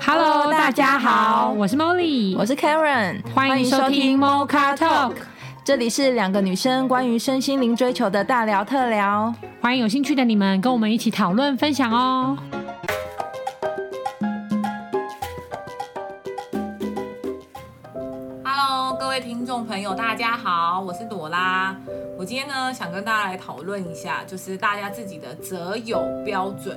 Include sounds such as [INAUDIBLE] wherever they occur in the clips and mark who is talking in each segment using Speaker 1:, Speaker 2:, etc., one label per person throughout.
Speaker 1: Hello，大
Speaker 2: 大
Speaker 1: 家
Speaker 2: 家
Speaker 1: 好，
Speaker 2: 好
Speaker 1: 我是 Molly，
Speaker 2: 我是 Karen，
Speaker 1: 欢迎收听 Mocha Talk，
Speaker 2: 这里是两个女生关于身心灵追求的大聊特聊。
Speaker 1: 欢迎有兴趣的你们跟我们一起讨论分享哦。
Speaker 3: Hello，各位听众朋友，大家好，我是朵拉。我今天呢，想跟大家来讨论一下，就是大家自己的择友标准。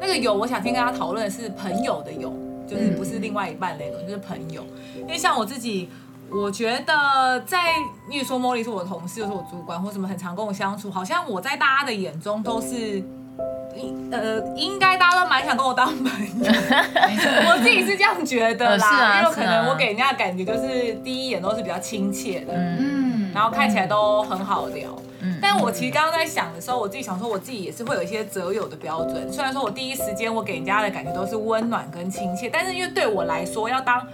Speaker 3: 那个友，我想先跟大家讨论的是朋友的友，就是不是另外一半那种，就是朋友。因为像我自己，我觉得在，例如说茉莉是我的同事，又是我主管，或什么很常跟我相处，好像我在大家的眼中都是。呃，应该大家都蛮想跟我当朋友， [LAUGHS] 我自己是这样觉得啦，
Speaker 2: 呃是啊
Speaker 3: 因为可
Speaker 2: 是
Speaker 3: 能
Speaker 2: 啊
Speaker 3: 我给人家的感觉就是第一眼都是比较亲切的，
Speaker 2: 嗯
Speaker 3: 然后看起来都很好聊。
Speaker 2: 嗯
Speaker 3: 但我其实刚刚在想的时候，我自己想说，我自己也是会有一些择友的标准。虽然说我第一时间我给人家的感觉都是温暖跟亲切，但是因为对我来说，要当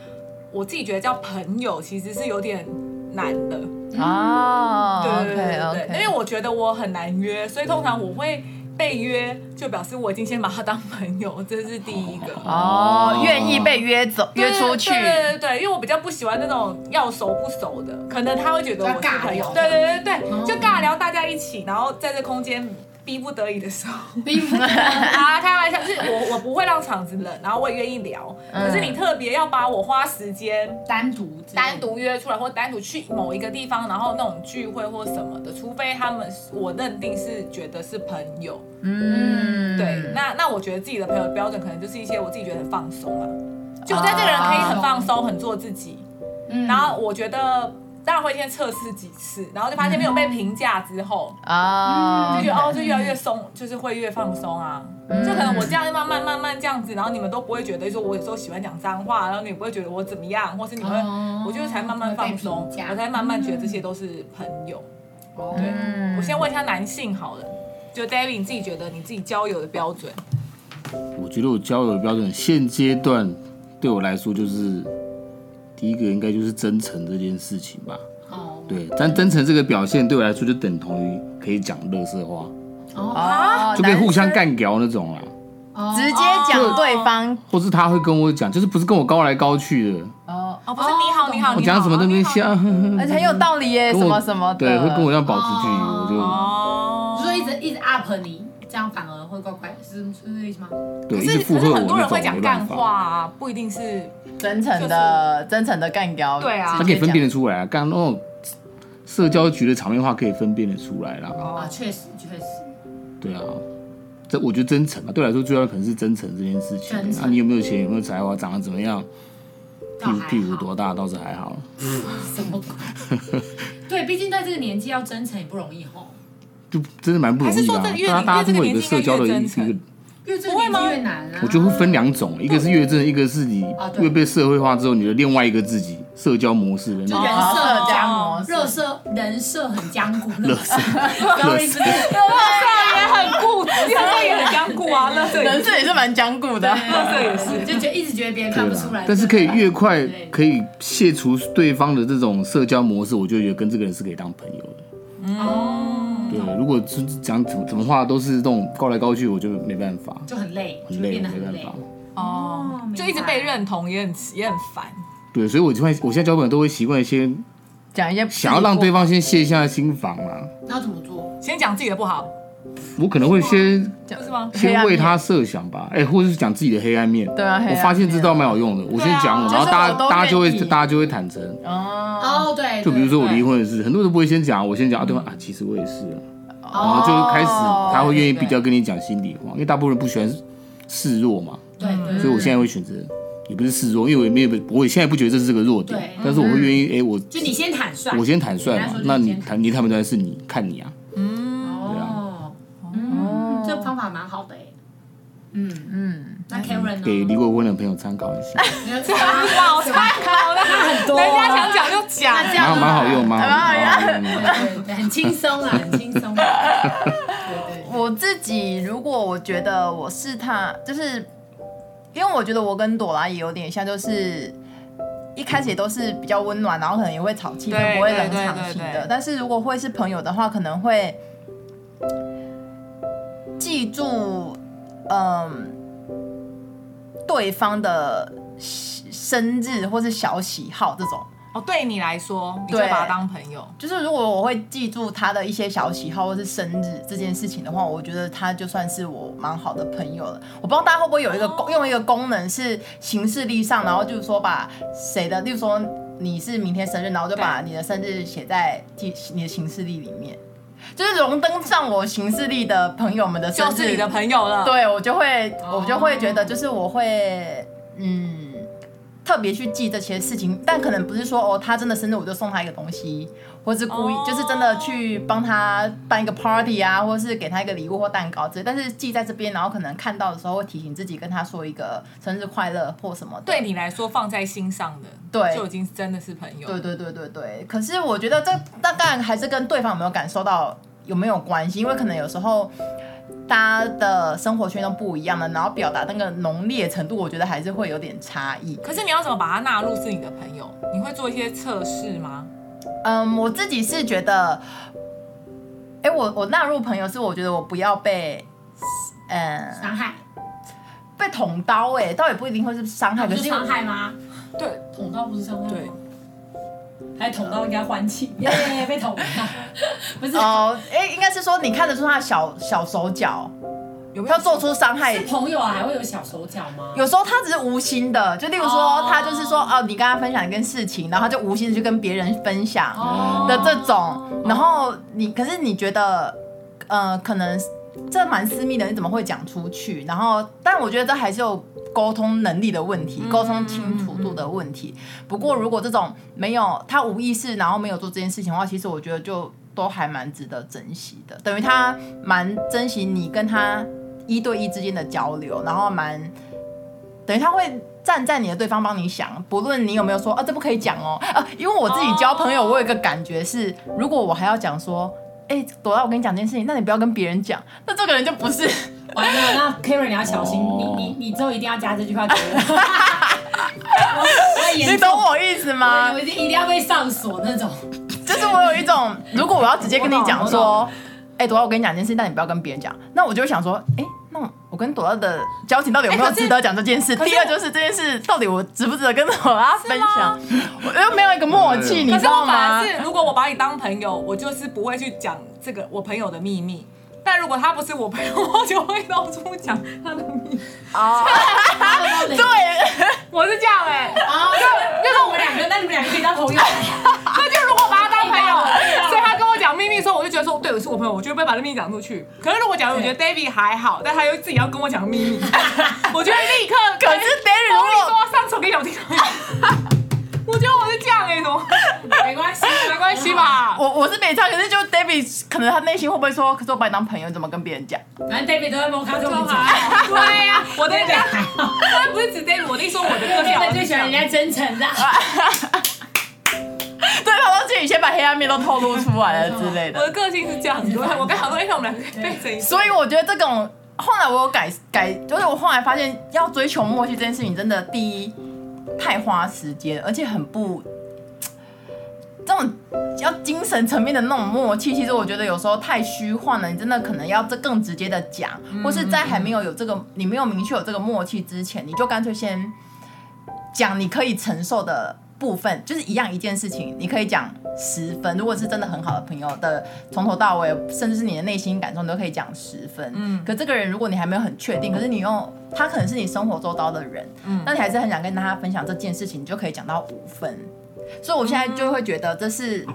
Speaker 3: 我自己觉得叫朋友，其实是有点难的。
Speaker 4: 嗯
Speaker 2: 哦
Speaker 3: 对对对对，因为我觉得我很难约，所以通常我会被约，就表示我已经先把他当朋友，这是第一个。
Speaker 4: 哦，愿意被约走、约出去，
Speaker 3: 对对对对，因为我比较不喜欢那种要熟不熟的，可能他会觉得我是朋友
Speaker 5: 尬聊。
Speaker 3: 对对对对，就尬聊，大家一起，然后在这空间。逼不得已的时候， [LAUGHS] 逼不得已啊，开玩笑，就是我我不会让场子冷，然后我也愿意聊。可是你特别要把我花时间
Speaker 5: 单独之类的
Speaker 3: 单独约出来，或单独去某一个地方，然后那种聚会或什么的，除非他们是我认定是觉得是朋友，
Speaker 4: 嗯，
Speaker 3: 对，那那我觉得自己的朋友标准可能就是一些我自己觉得很放松啊，就我在这个人可以很放松、很做自己，
Speaker 5: 嗯
Speaker 3: 然后我觉得当然会先测试几次，然后就发现没有被评价之后，
Speaker 5: 嗯
Speaker 4: 啊
Speaker 3: 就，觉得哦，就越来越松，就是会越放松啊。
Speaker 5: 嗯
Speaker 3: 就可能我这样慢慢慢慢这样子，然后你们都不会觉得说我有时候喜欢讲脏话，然后你不会觉得我怎么样，或是你们会，
Speaker 5: 哦
Speaker 3: 我就是才慢慢放
Speaker 5: 会
Speaker 3: 松
Speaker 5: 被评价，嗯
Speaker 3: 我才慢慢觉得这些都是朋友。对，我先问一下男性好了，就 David 你自己觉得你自己交友的标准，
Speaker 6: 我觉得我交友的标准现阶段对我来说就是第一个应该就是真诚这件事情吧。
Speaker 5: 哦
Speaker 6: 对，但真诚这个表现对我来说就等同于可以讲乐色话，
Speaker 3: 啊
Speaker 4: 哦
Speaker 6: 就可以互相，干屌那种啦。
Speaker 4: 男生直接讲对方
Speaker 6: 或是他会跟我讲，就是不是跟我高来高去的，
Speaker 4: 哦，
Speaker 3: 哦，不嗯是你好你好，
Speaker 6: 我
Speaker 3: 你
Speaker 6: 讲
Speaker 3: 好
Speaker 6: 什么都没。
Speaker 3: 你好哎
Speaker 6: 笑，呵呵
Speaker 4: 而且很有道理耶，
Speaker 6: 跟
Speaker 4: 什
Speaker 6: 我
Speaker 4: 么什么的，
Speaker 6: 对，会跟我这样保持距离，我就
Speaker 3: 哦
Speaker 5: 就，说一直一直 up 你，这样反而会怪怪，是是这个意思吗？
Speaker 6: 对
Speaker 3: 可
Speaker 6: 一直
Speaker 3: 是
Speaker 6: 附
Speaker 3: 哦可是
Speaker 6: 和我
Speaker 3: 很多人
Speaker 6: 那种
Speaker 3: 会
Speaker 6: 没
Speaker 3: 讲
Speaker 6: 办
Speaker 3: 干
Speaker 6: 法
Speaker 3: 话。啊，不一定 [LAUGHS] 是
Speaker 4: 真诚的、真诚的干掉，
Speaker 3: 对啊
Speaker 6: 他可以分辨得出来啊，刚那种社交局的场面话可以分辨得出来啦。
Speaker 5: 啊，确实确实，
Speaker 6: 对啊，这我觉得真诚啊吧，对我来说最重要可能是真诚这件事情
Speaker 5: 真。诚
Speaker 6: 啊，你有没有钱，有没有才华，长得怎么样，
Speaker 5: 倒
Speaker 6: 屁股
Speaker 5: 还
Speaker 6: 屁股
Speaker 5: 好
Speaker 6: 多大倒是还好。
Speaker 5: 什么鬼？对，毕竟在这个年纪要真诚也不容易吼，
Speaker 6: 就真的蛮不容
Speaker 3: 还是
Speaker 6: 易的、
Speaker 3: 说
Speaker 6: 啊
Speaker 3: 这越，
Speaker 6: 大家
Speaker 3: 你
Speaker 6: 大家
Speaker 3: 越这
Speaker 6: 都
Speaker 3: 个
Speaker 6: 会有一个
Speaker 3: 年纪
Speaker 6: 社交的一
Speaker 3: 应该越
Speaker 6: 个
Speaker 3: 真诚
Speaker 6: 一个，
Speaker 5: 越这个
Speaker 3: 不会
Speaker 5: 年
Speaker 3: 吗
Speaker 5: 纪越难啊。
Speaker 6: 我觉得会分两种，一个是越真，一个是你
Speaker 5: 啊对
Speaker 6: 越被社会化之后，你的另外一个自己社交模式的那
Speaker 5: 就
Speaker 6: 种
Speaker 5: 人
Speaker 4: 哦
Speaker 5: 设
Speaker 4: 社交
Speaker 5: 哦
Speaker 4: 模式，
Speaker 5: 热设人设很僵固， [LAUGHS] 热
Speaker 6: 色 [LAUGHS] 啊
Speaker 5: ，sorry，不是
Speaker 3: 啊很固 [LAUGHS] 执，他也很僵固啊，那这
Speaker 4: 人设也是蛮坚固的，啊
Speaker 3: 这也
Speaker 5: [LAUGHS]
Speaker 3: 是
Speaker 5: 就觉得一直觉得别人看
Speaker 6: 对
Speaker 5: 不出
Speaker 6: 啦
Speaker 5: 来，，
Speaker 6: 但是可以越快
Speaker 5: 对
Speaker 6: 可以卸除对方的这种社交模式，我就觉得跟这个人是可以当朋友的。
Speaker 5: 哦，
Speaker 6: 对，如果是讲怎么怎么话都是这种高来高去，我就没办法，
Speaker 5: 就很累，就会
Speaker 6: 很累，
Speaker 5: 变得
Speaker 6: 没
Speaker 5: 很
Speaker 6: 办
Speaker 5: 累
Speaker 6: 法。。
Speaker 3: 哦，
Speaker 5: 明白
Speaker 3: 就一直被认同，也很也很烦。
Speaker 6: 对，所以我就会我现在交朋友都会习惯先
Speaker 4: 讲一些
Speaker 6: 想要让对方先卸下心防啦。
Speaker 5: 那怎么做？
Speaker 3: 先讲自己的不好，
Speaker 6: 我可能会先
Speaker 3: 不是吗？ [LAUGHS]
Speaker 6: 先为他设想吧，哎、或者是讲自己的黑暗面。
Speaker 4: 对啊黑暗
Speaker 6: 我
Speaker 4: 面啊
Speaker 6: 发现这招蛮有用的，我先讲我，
Speaker 4: 就是
Speaker 6: 然后大家
Speaker 4: 我都
Speaker 6: 大家就会
Speaker 4: 愿意
Speaker 6: 大家就会坦诚。
Speaker 4: 哦
Speaker 5: 哦，对，
Speaker 6: 就比如
Speaker 5: 对
Speaker 6: 说我离婚的事，很多人不会先讲，我先讲啊，对方
Speaker 4: 嗯
Speaker 6: 啊，其实我也是啊，
Speaker 4: 哦
Speaker 6: 然后就开始他会愿意比较跟你讲心里话，因为大部分人不喜欢示弱嘛，
Speaker 5: 对
Speaker 4: 嗯
Speaker 5: 对
Speaker 6: 所以我现在会选择。也不是示弱，因为我也没有，我现在不觉得这是个弱点
Speaker 5: 对，
Speaker 6: 但是我
Speaker 4: 嗯
Speaker 6: 会愿意，哎，我
Speaker 5: 就你先坦率，
Speaker 6: 我先坦率嘛
Speaker 5: 人家说就，是
Speaker 6: 那你
Speaker 5: 先坦
Speaker 6: 坦你坦不坦率是你看你啊，
Speaker 5: 哦，嗯，这方法蛮好的哎。嗯嗯，那 Karen 呢？
Speaker 6: 给离过婚的朋友参考一下，
Speaker 3: 好太好 [LAUGHS] 了，
Speaker 5: 很多，啊
Speaker 3: 人家想讲就讲。
Speaker 5: 那这
Speaker 6: 蛮
Speaker 5: 样
Speaker 6: 好蛮好用，蛮好用蛮好用。蛮好用
Speaker 5: [LAUGHS] 对对，很轻松
Speaker 6: [LAUGHS]
Speaker 5: 啊，很轻松。对对
Speaker 4: 我自己如果我觉得我是他，就是因为我觉得我跟朵拉也有点像，就是一开始也都是比较温暖，然后可能也会吵气氛，
Speaker 3: 对
Speaker 4: 不会冷场
Speaker 3: 对对
Speaker 4: 型
Speaker 3: 对
Speaker 4: 的
Speaker 3: 对。
Speaker 4: 但是如果会是朋友的话，可能会记住，嗯、对方的生日或是小喜好这种。
Speaker 3: 哦，对你来说，你就把他当朋友。
Speaker 4: 就是如果我会记住他的一些小喜好或是生日这件事情的话，我觉得他就算是我蛮好的朋友了。我不知道大家会不会有
Speaker 3: 哦
Speaker 4: 一个功、用一个功能是形式力上，然后就是说把谁的，例如说你是明天生日，然后就把你的生日写在记你的形式力里面，就是荣登上我形式力的朋友们的生
Speaker 3: 就
Speaker 4: 日。
Speaker 3: 是你的朋友了，
Speaker 4: 对我就会我就会觉得就是我会嗯。特别去记这些事情，但可能不是说哦，他真的生日我就送他一个东西，或是故意、
Speaker 3: 哦
Speaker 4: 就是真的去帮他办一个 party 啊，或是给他一个礼物或蛋糕之类。但是记在这边，然后可能看到的时候会提醒自己跟他说一个生日快乐或什么的。
Speaker 3: 对你来说放在心上的，
Speaker 4: 对
Speaker 3: 就已经真的是朋友。
Speaker 4: 对对对对对，可是我觉得这大概还是跟对方有没有感受到有没有关系，因为可能有时候大家的生活圈都不一样了，然后表达那个浓烈程度，我觉得还是会有点差异。
Speaker 3: 可是你要怎么把他纳入是你的朋友？你会做一些测试吗？
Speaker 4: 嗯，我自己是觉得，哎、我我纳入朋友是我觉得我不要被，嗯，
Speaker 5: 伤害，
Speaker 4: 被捅刀哎、倒也不一定会是伤害，
Speaker 5: 那不
Speaker 4: 可
Speaker 5: 哦是
Speaker 4: 是
Speaker 5: 伤害吗？
Speaker 3: 对，
Speaker 5: 捅刀不是伤害
Speaker 3: 对
Speaker 5: 吗？还捅刀应该欢庆，耶，被
Speaker 4: [LAUGHS]
Speaker 5: 捅到，
Speaker 4: 哎
Speaker 5: 不是
Speaker 4: 哦，哎、应该是说你看得出他的小小手脚，
Speaker 3: 有没有
Speaker 4: 他做出伤害
Speaker 5: 是。朋友啊，还会有小手脚吗？
Speaker 4: 有时候他只是无心的，就例如说
Speaker 5: 哦
Speaker 4: 他就是说哦，你跟他分享一件事情，然后他就无心的去跟别人分享
Speaker 5: 哦
Speaker 4: 的这种，然后你可是你觉得，呃，可能这蛮私密的，你怎么会讲出去？然后，但我觉得这还是有沟通能力的问题，
Speaker 5: 嗯
Speaker 4: 沟通清楚度的问题。不过，如果这种没有他无意识，然后没有做这件事情的话，其实我觉得就都还蛮值得珍惜的，等于他蛮珍惜你跟他一对一之间的交流，然后蛮等于他会站在你的对方帮你想，不论你有没有
Speaker 3: 嗯
Speaker 4: 说啊这不可以讲哦啊，因为我自己交朋
Speaker 3: 哦
Speaker 4: 友，我有一个感觉是，如果我还要讲说。哎、朵拉，我跟你讲件事情，那你不要跟别人讲，那这个人就不是，
Speaker 5: 完了，那 Karen 你要小心，你
Speaker 6: 哦
Speaker 5: 你你之后一定要加这句话给
Speaker 4: [LAUGHS]
Speaker 5: 我。我
Speaker 4: 你懂我意思吗
Speaker 5: 吗？我？一定一定要被上锁那种。
Speaker 4: 就是我有一种，如果我要直接跟你讲说，哎、朵拉，我跟你讲件事，但你不要跟别人讲，那我就会想说，哎、那我跟朵拉的交情到底有没有
Speaker 3: 哎可是
Speaker 4: 值得讲这件事？
Speaker 3: 可是
Speaker 4: 第二就是这件事到底我值不值得跟朵拉分享？我又没有一个默契，你
Speaker 3: 可
Speaker 4: 知
Speaker 3: 是我
Speaker 4: 道
Speaker 3: 反
Speaker 4: 吗
Speaker 3: 而？是，如果我把你当朋友，我就是不会去讲这个我朋友的秘密。但如果他不是我朋友，我就会到处讲他的秘密。
Speaker 4: 哦，
Speaker 5: 对
Speaker 4: 对，
Speaker 3: 我是这样哎、
Speaker 5: 啊，那那我们两个，那你们两个可以当
Speaker 4: [LAUGHS]
Speaker 5: 朋友。
Speaker 3: [LAUGHS] 那就如果把他当朋
Speaker 5: 对
Speaker 3: 友，
Speaker 5: 啊
Speaker 3: 所以他跟我讲秘密的时候，我就觉得说，对，我是我朋友，我就不会把这秘密讲出去。可是如果假如我觉得 David 还好，但他又自己要跟我讲秘密，我就会立刻哎
Speaker 4: 可是 David
Speaker 3: 我跟你
Speaker 4: 如果
Speaker 3: 说，上次我跟你讲，我听到我觉得我是这样哎、欸，怎么 [LAUGHS]
Speaker 5: 没关 [LAUGHS] 系，
Speaker 3: 没关系。吧？
Speaker 4: [LAUGHS] 我我是没差，可是就 David 可能他内心会不会说，可是我把你当朋友，你怎么跟别人讲？ [LAUGHS]
Speaker 5: 反正 David 都在蒙咖啡我们讲。
Speaker 4: 啊
Speaker 3: 对呀、我的
Speaker 5: 对啊
Speaker 3: 讲， [LAUGHS] 他不是指 David，我弟说我的个性好
Speaker 5: ，David
Speaker 3: 像是
Speaker 5: 最喜
Speaker 3: 这
Speaker 5: 欢人
Speaker 3: 样。
Speaker 5: 家真
Speaker 4: [LAUGHS]
Speaker 5: 诚的。
Speaker 4: 啊对，他都自己先把黑暗面都透露出来了之类
Speaker 3: 我 [LAUGHS]
Speaker 4: 的。
Speaker 3: 的个性是这样子，对我刚想说，哎、那我们两个可以变成一
Speaker 4: 所以我觉得这种后来我有改改，就是我后来发现要追求默契这件事情，真的第一太花时间，而且很不。这种要精神层面的那种默契，其实我觉得有时候太虚幻了。你真的可能要这更直接的讲，或是在还没有有这个你没有明确有这个默契之前，你就干脆先讲你可以承受的部分，就是一样一件事情，你可以讲十分。如果是真的很好的朋友的，从头到尾，甚至是你的内心感受，你都可以讲十分。嗯，可这个人如果你还没有很确定，可是你用他可能是你生活周遭的人，嗯，那你还是很想跟他分享这件事情，你就可以讲到五分。所以我现在就会觉得这是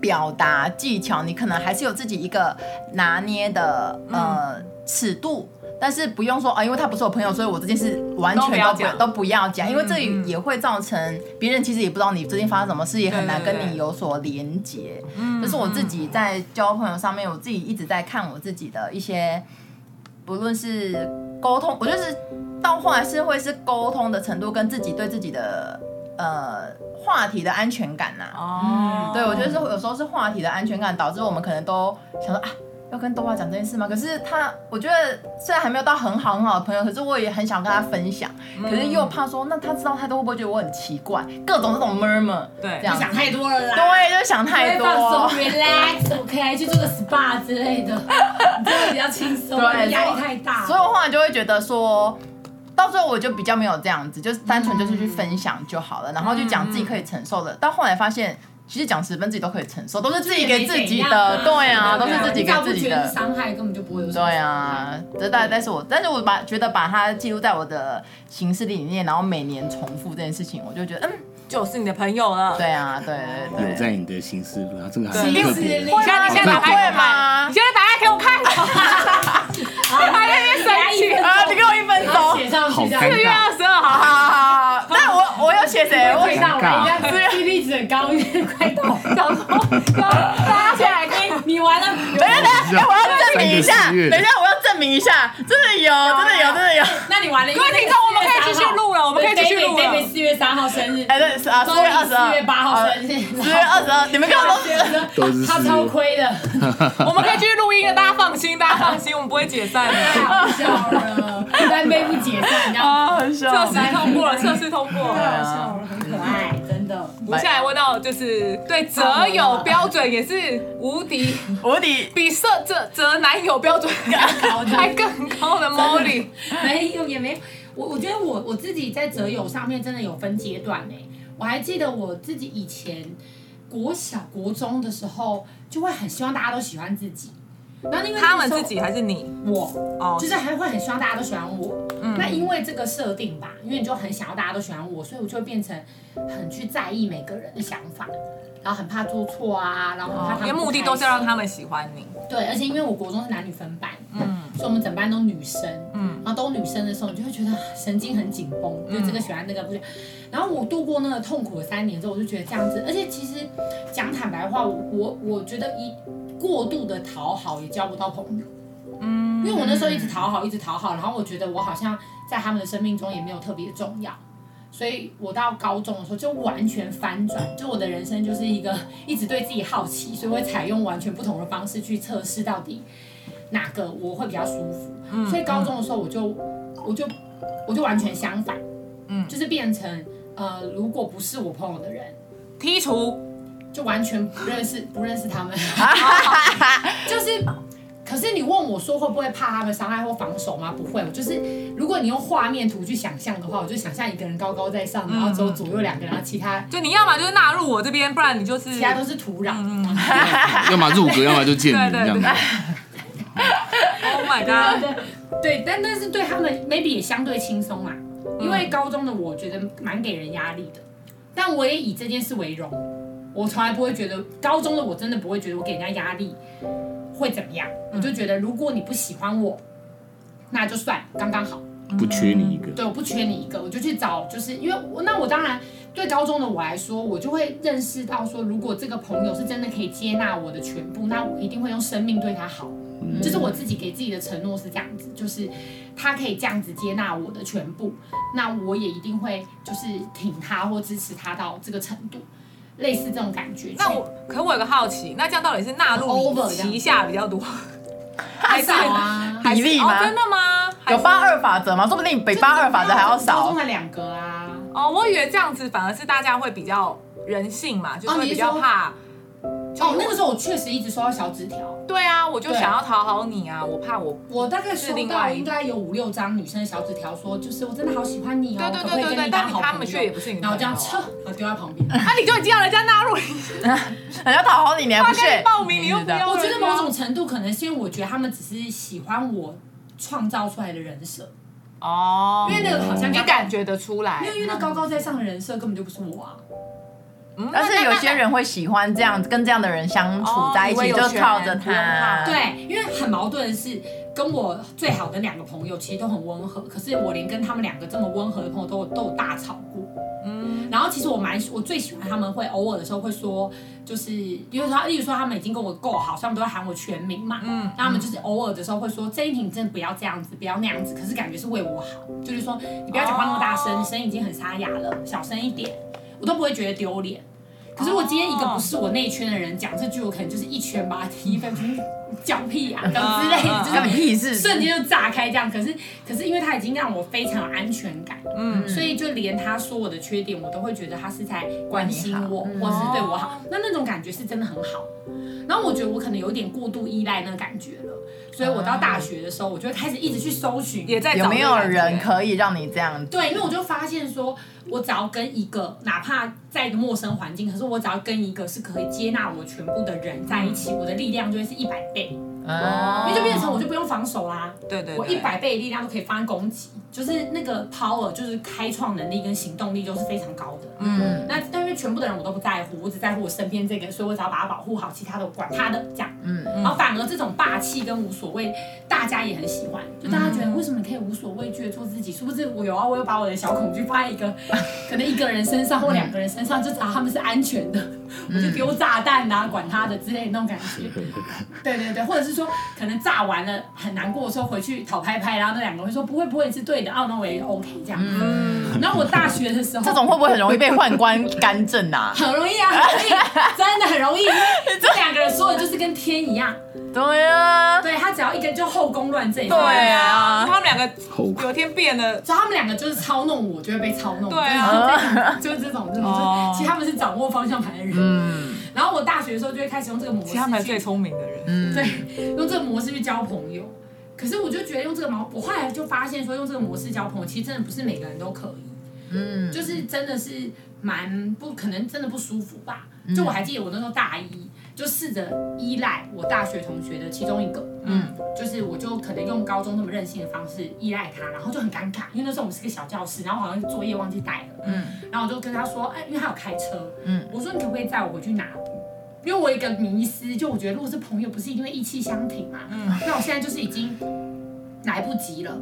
Speaker 4: 表达技巧，你可能还是有自己一个拿捏的
Speaker 3: 嗯
Speaker 4: 呃尺度。但是不用说啊，因为他不是我朋友，所以我这件事完全
Speaker 3: 都不要
Speaker 4: 都
Speaker 3: 讲嗯
Speaker 4: 不都不要讲，因为这也会造成别人其实也不知道你最近发生什么事，也很难
Speaker 3: 对对
Speaker 4: 跟你
Speaker 3: 对
Speaker 4: 有所连结。
Speaker 3: 嗯
Speaker 4: 就是我自己在交朋友上面，我自己一直在看我自己的一些，不论是沟通，我就是到后来是会是沟通的程度跟自己对自己的呃话题的安全感呐、啊
Speaker 3: 哦
Speaker 4: 对，我觉得是有时候是话题的安全感导致我们可能都想说啊，要跟豆花讲这件事吗？可是他，我觉得虽然还没有到很好很好的朋友，可是我也很想跟他分享，
Speaker 5: 嗯
Speaker 4: 可是又怕说那他知道太多会不会觉得我很奇怪，各种这种 murmur，
Speaker 3: 对
Speaker 4: 这样
Speaker 5: 你想太多了啦。
Speaker 4: 对，就想太
Speaker 5: 会
Speaker 4: 多，
Speaker 5: 放松，relax，我可以来去做个 SPA 之
Speaker 4: [LAUGHS]
Speaker 5: 类的，你这个比较轻松，啊
Speaker 4: 对啊
Speaker 5: 压力太大。
Speaker 4: 所以我后来就会觉得说，到最后我就比较没有这样子，就是单纯就是去分享就好了，然后就讲自己可以承受的。到后来发现，其实讲十分自己都可以承受，都是自己给自己的，对啊，都是自己给自己的。
Speaker 5: 伤害根本就不会有什么。
Speaker 4: 对啊，这大概但是我，但是我把觉得把它记录在我的行事历里面，然后每年重复这件事情，我就觉得嗯，
Speaker 3: 就是你的朋友了。
Speaker 4: 对啊，对对对，
Speaker 6: [LAUGHS] 有在你的心思路，它这个还
Speaker 5: 一
Speaker 6: 蛮
Speaker 5: 定
Speaker 6: 特
Speaker 5: 是
Speaker 6: 别的
Speaker 5: 另。
Speaker 3: 你现在你现在打开给
Speaker 4: 会
Speaker 3: 我看，
Speaker 4: 吗
Speaker 3: 你？现在打开给我看，还在那边生气。
Speaker 4: 啊，你给我一分钟。
Speaker 5: 写上
Speaker 6: 好
Speaker 5: 去这
Speaker 6: 尴
Speaker 5: 样。
Speaker 3: 四月二十二号，
Speaker 4: [LAUGHS] 啊！但我我要写谁？我
Speaker 5: 对，到了，人家 CP 值很高，快到，到时候大家起来跟你玩了，
Speaker 4: 等一下，等一下，哎，我要证明一下，
Speaker 6: 三个十月
Speaker 4: 等一下，我要证明一下，真的有，真的有，真的有。
Speaker 5: 那你玩了。
Speaker 3: 各位听众，我们可以继续录了，我们可以继续录
Speaker 5: 北北
Speaker 3: 了。
Speaker 5: 四月三号生日，
Speaker 4: 哎，对，是啊，四月二十二，
Speaker 5: 四月八号生
Speaker 4: 日，
Speaker 5: 日，
Speaker 4: 四月二十二，你们刚刚都是
Speaker 6: 都是
Speaker 5: 他
Speaker 6: 四
Speaker 5: 超
Speaker 6: 月
Speaker 5: 亏的，
Speaker 3: 我们可以继续录音了，大家放心，大家放心，我们不会解散
Speaker 5: 太 [LAUGHS]
Speaker 3: 的。
Speaker 5: 好笑
Speaker 4: [LAUGHS]
Speaker 5: 了，单杯不解散，然后
Speaker 4: 啊，很
Speaker 3: 测
Speaker 4: 笑。
Speaker 3: 试通过了，测试通过
Speaker 5: 太好
Speaker 3: 了。
Speaker 5: 笑了，很可爱，真的。
Speaker 3: 我下来问到就是对择友标准也是无敌，
Speaker 4: 无敌，
Speaker 3: 比设择择男友标准还更高的 Molly。
Speaker 5: [LAUGHS] 没有，也没有。我我觉得我我自己在择友上面真的有分阶段呢、欸我还记得我自己以前国小、国中的时候，就会很希望大家都喜欢自己。然后因为那
Speaker 3: 他
Speaker 5: 个
Speaker 3: 们
Speaker 5: 时候
Speaker 3: 自己还是你？
Speaker 5: 我，
Speaker 3: 哦
Speaker 5: 就是还会很希望大家都喜欢我。那因为这个设定吧，因为你就很想要大家都喜欢我，所以我就会变成很去在意每个人的想法，然后很怕做错啊，然后很怕他
Speaker 3: 哦因
Speaker 5: 们
Speaker 3: 为
Speaker 5: 不
Speaker 3: 目的
Speaker 5: 开
Speaker 3: 都是要让
Speaker 5: 心
Speaker 3: 他们喜欢你。
Speaker 5: 对，而且因为我国中是男女分班，
Speaker 3: 嗯
Speaker 5: 嗯，所以我们整班都女生，
Speaker 3: 嗯
Speaker 5: 嗯，然后都女生的时候，你就会觉得啊神经很紧绷，就这个喜欢那个不喜欢。然后我度过那个痛苦的三年之后，我就觉得这样子，而且其实讲坦白话，我我我觉得一过度的讨好也交不到朋友，嗯，因为我那时候一直讨好，一直讨好，然后我觉得我好像在他们的生命中也没有特别重要。所以我到高中的时候就完全翻转，就我的人生就是一个 [LAUGHS] 一直对自己好奇，所以会采用完全不同的方式去测试到底哪个我会比较舒服。所以高中的时候我就我就我就完全相反，
Speaker 3: 嗯
Speaker 5: 就是变成呃，如果不是我朋友的人，
Speaker 3: 剔除，
Speaker 5: 就完全不认识不认识他们，就是。可是你问我说会不会怕他们伤害或防守吗？不会，我就是如果你用画面图去想象的话，我就想象一个人高高在上，然后只有左右两个人，然后其他
Speaker 3: 就你要么就是纳入我这边，不然你就是
Speaker 5: 其他都是土壤。
Speaker 6: [LAUGHS] 要么入阁，要么就见
Speaker 3: 对
Speaker 6: 你
Speaker 3: 对
Speaker 6: 这样
Speaker 3: 对
Speaker 6: 子。
Speaker 3: Oh my god！
Speaker 5: 对，但但是对他们 maybe 也相对轻松啦，因为高中的我觉得蛮给人压力的，但我也以这件事为荣，我从来不会觉得高中的我真的不会觉得我给人家压力会怎么样，我就觉得如果你不喜欢我，那就算刚刚好，
Speaker 6: 不缺你一个。
Speaker 5: 对，我不缺你一个，我就去找，就是因为我那我当然对高中的我来说，我就会认识到说，如果这个朋友是真的可以接纳我的全部，那我一定会用生命对他好。就是我自己给自己的承诺是这样子，就是他可以这样子接纳我的全部，那我也一定会就是挺他或支持他到这个程度，类似这种感觉。
Speaker 3: 那我，可我有个好奇，那这样到底是纳入你
Speaker 5: Over 这样
Speaker 3: 旗下比
Speaker 5: [LAUGHS]
Speaker 3: 较多，
Speaker 5: 太
Speaker 3: 还是
Speaker 5: 少啊，
Speaker 3: 还是
Speaker 4: 比例
Speaker 3: 哦
Speaker 4: 吗
Speaker 3: 真的吗？还
Speaker 4: 有
Speaker 3: 是
Speaker 4: 八二法则吗？说不定比八二法则还要
Speaker 5: 高
Speaker 4: 少
Speaker 5: 中。才两个啊，
Speaker 3: 哦，我以为这样子反而是大家会比较人性嘛，就是
Speaker 5: 哦
Speaker 3: 会
Speaker 5: 你
Speaker 3: 比
Speaker 5: 是
Speaker 3: 较
Speaker 5: 说
Speaker 3: 怕。
Speaker 5: 哦，那个时候我确实一直收到小纸条。
Speaker 3: 对啊，我就
Speaker 5: 对
Speaker 3: 想要讨好你啊，我怕我。
Speaker 5: 我大概收
Speaker 3: 是另
Speaker 5: 到
Speaker 3: 外一
Speaker 5: 应该有五六张女生的小纸条，说就是我真的好喜欢你
Speaker 3: 对
Speaker 5: 哦，
Speaker 3: 对
Speaker 5: 可不可以
Speaker 3: 对对
Speaker 5: 跟
Speaker 3: 对
Speaker 5: 你
Speaker 3: 但
Speaker 5: 当
Speaker 3: 你
Speaker 5: 好
Speaker 3: 他
Speaker 5: 朋
Speaker 3: 们
Speaker 5: 友？
Speaker 3: 却也不是你的
Speaker 5: 然后这样
Speaker 3: 朋友啊
Speaker 5: 撤，然后丢在旁边。
Speaker 3: 那、你就已经让人家纳入你，
Speaker 5: [LAUGHS]
Speaker 4: 人家讨好你，你还
Speaker 3: 他
Speaker 4: 不
Speaker 3: 跟
Speaker 4: 屑
Speaker 3: 你？报名，你又不要。
Speaker 5: 我觉得某种程度可能是因为我觉得他们只是喜欢我创造出来的人设，
Speaker 3: 哦，
Speaker 5: 因为那个好像
Speaker 3: 你
Speaker 6: 哦
Speaker 5: 高
Speaker 3: 感，觉得出来
Speaker 5: 因，为因为那高高在上的人设根本就不是我啊。
Speaker 3: 嗯
Speaker 4: 但是有些人会喜欢这样，跟这样的人相处在
Speaker 3: 哦
Speaker 4: 一
Speaker 3: 以
Speaker 4: 起，
Speaker 3: 为有
Speaker 4: 就
Speaker 3: 权
Speaker 4: 靠着
Speaker 3: 不用怕
Speaker 4: 他。
Speaker 5: 对，因为很矛盾的是，跟我最好的两个朋友其实都很温和，可是我连跟他们两个这么温和的朋友都有都有大吵过。嗯，然后其实我蛮我最喜欢他们会偶尔的时候会说，就是比如说，例如说他们已经跟我够好，所以他们都会喊我全名嘛。嗯，那他们就是偶尔的时候会说，这一婷你真的不要这样子，不要那样子，可是感觉是为我好，就是说你不要讲话那么大声，你声音已经很沙哑了，小声一点，我都不会觉得丢脸。可是我今天一个不是我那一圈的人讲这句，我可能就是一拳把他踢翻，就是讲屁啊，等之类
Speaker 3: 嗯嗯
Speaker 5: 的，
Speaker 3: 嗯
Speaker 5: 就是
Speaker 4: 干你屁事？
Speaker 5: 瞬间就炸开这样。可是可是因为他已经让我非常有安全感，
Speaker 3: 嗯
Speaker 5: 所以就连他说我的缺点，我都会觉得他是在关心我，
Speaker 4: 关你
Speaker 5: 或
Speaker 4: 好
Speaker 5: 是对我好。那那种感觉是真的很好。然后我觉得我可能有点过度依赖那个感觉了，所以我到大学的时候，我就会开始一直去搜寻，
Speaker 3: 也在找
Speaker 4: 有没有
Speaker 3: 那个
Speaker 4: 人
Speaker 3: 感觉
Speaker 4: 可以让你这样？
Speaker 5: 对，因为我就发现说，我只要跟一个，哪怕在一个陌生环境，可是我只要跟一个是可以接纳我全部的人在一起，我的力量就会是一百倍，因
Speaker 4: 嗯
Speaker 5: 为就变成我就不用防守啦，
Speaker 3: 对对，
Speaker 5: 我
Speaker 3: 对
Speaker 5: 一百倍的力量都可以放在攻击，就是那个 power，就是开创能力跟行动力都是非常高的。
Speaker 3: 嗯
Speaker 5: 那但因为全部的人我都不在乎，我只在乎我身边这个，所以我只要把它保护好，其他的我管他的这样。
Speaker 4: 嗯
Speaker 5: 然后反而这种霸气跟无所谓，大家也很喜欢，就大家觉得
Speaker 3: 嗯
Speaker 5: 为什么你可以无所畏惧的做自己？殊不知我有啊，我有把我的小恐惧放在一个可能一个人身上或两个人身上，就只要他们是安全的，我就丢炸弹啊，管他的之类的那种感觉。对对对，或者是说可能炸完了很难过的时候回去讨拍拍，然后那两个人会说不会不会你是对的，哦那我也 OK 这样。
Speaker 3: 嗯
Speaker 5: 然后我大学的时候？
Speaker 4: 这种会不会很容易被宦官干政啊
Speaker 5: 很容易啊，很容易，真的很容易。因为这两个人说的就是跟天一样，
Speaker 4: 对啊，
Speaker 5: 对他只要一个就后宫乱政，
Speaker 3: 他
Speaker 4: 对
Speaker 5: [LAUGHS]
Speaker 4: 啊，
Speaker 3: 们两个
Speaker 6: 后
Speaker 3: 有天变了，
Speaker 5: 所以他们两个就是操弄我，就会被操弄。
Speaker 3: 对啊，
Speaker 5: 就是这种，就是这种，
Speaker 3: 哦嗯
Speaker 5: 就是其实他们是掌握方向盘的人。然后我大学的时候就会开始用这个模式
Speaker 3: 其
Speaker 5: 去，
Speaker 3: 实他们才是最聪明的人，
Speaker 5: 嗯对，用这个模式去交朋友。可是我就觉得用这个毛，我后来就发现说用这个模式交朋友，其实真的不是每个人都可以。嗯，就是真的是蛮不可能，真的不舒服吧？就我还记得我那时候大一，就试着依赖我大学同学的其中一个，嗯，就是我就可能用高中那么任性的方式依赖他，然后就很尴尬，因为那时候我们是个小教室，然后好像作业忘记带了，嗯，然后我就跟他说，哎，因为他有开车，嗯，我说你可不可以载我回去拿因为我有一个迷思，就我觉得如果是朋友，不是一定会意气相挺嘛。嗯，那我现在就是已经来不及了，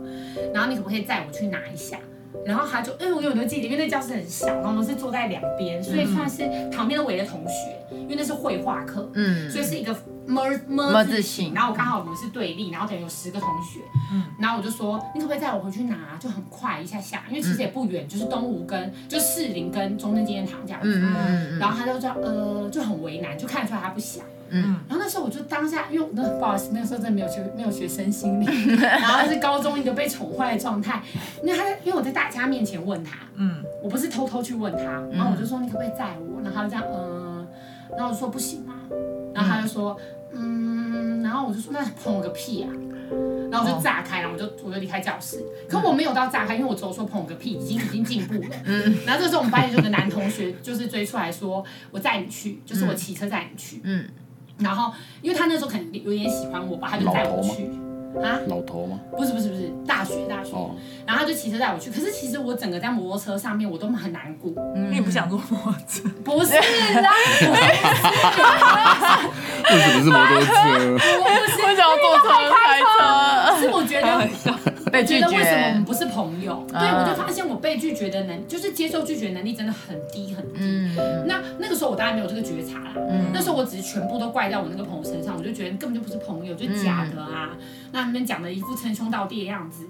Speaker 5: 然后你可不可以载我去拿一下？然后他就，哎因为我永远都记得，因为那教室很小，然后我们是坐在两边，所以算是旁边都围着同学，因为那是绘画课，
Speaker 4: 嗯
Speaker 5: 所以是一个么么
Speaker 4: 么
Speaker 5: 字
Speaker 4: 字
Speaker 5: 形，
Speaker 4: 形
Speaker 5: 然后我刚好我们是对立，然后等于有十个同学，嗯，然后我就说你可不可以载我回去拿，就很快一下下，因为
Speaker 4: 嗯
Speaker 5: 其实也不远，就是东吴跟就士林跟中正纪念堂这样子，
Speaker 4: 嗯嗯嗯
Speaker 5: 然后他就说呃就很为难，就看得出来他不想。
Speaker 4: 嗯
Speaker 5: 然后那时候我就当下，因为我那不好意思，那个时候真的没有学没有学生心
Speaker 4: [LAUGHS]
Speaker 5: 理，然后是高中一个被宠坏的状态。那他在因为我在大家面前问他，
Speaker 3: 嗯，
Speaker 5: 我不是偷偷去问他，
Speaker 4: 嗯
Speaker 5: 然后我就说你可不可以载我？然后他就这样，嗯，然后我说不行啊，然后他就说，嗯，然后我就说那捧我个屁啊，然
Speaker 6: 哦
Speaker 5: 后我就炸开，然后我就我就离开教室。可
Speaker 6: 嗯
Speaker 5: 我没有到炸开，因为我只有说捧我个屁，已经已经进步
Speaker 6: [LAUGHS]
Speaker 5: 了。嗯，然后这时候我们班有个男同学就是追出来说，我载你去，就是我骑车载你去。
Speaker 4: 嗯，
Speaker 5: 然后因为他那时候可能有点喜欢我吧，他就载我去。啊，
Speaker 6: 老头吗？
Speaker 5: 不是不是不是，大学大学，
Speaker 6: 哦，
Speaker 5: 然后他就骑车带我去。可是其实我整个在摩托车上面，我都很难过。
Speaker 3: 你也不想坐摩托
Speaker 5: [LAUGHS]
Speaker 3: 车，
Speaker 5: 不
Speaker 6: [LAUGHS]
Speaker 5: 是啦，
Speaker 6: 为什么是摩托
Speaker 4: [LAUGHS]
Speaker 6: 车？
Speaker 4: 为什么要坐车开
Speaker 5: [LAUGHS]
Speaker 4: 车？
Speaker 5: 是我觉得
Speaker 4: 被
Speaker 5: 觉
Speaker 4: 拒
Speaker 5: 得为什么我们
Speaker 4: 绝。嗯
Speaker 5: 不是朋友？对，我就发现我被拒绝的能，就是接受拒绝能力真的很低很低。
Speaker 4: 嗯
Speaker 5: 那那个时候我当然没有这个觉察啦，那时候我只是全部都怪在我那个朋友身上，我就觉得根本就不是朋友，就假的啊。
Speaker 4: 嗯
Speaker 5: 那你们讲的一副称兄道弟的样子，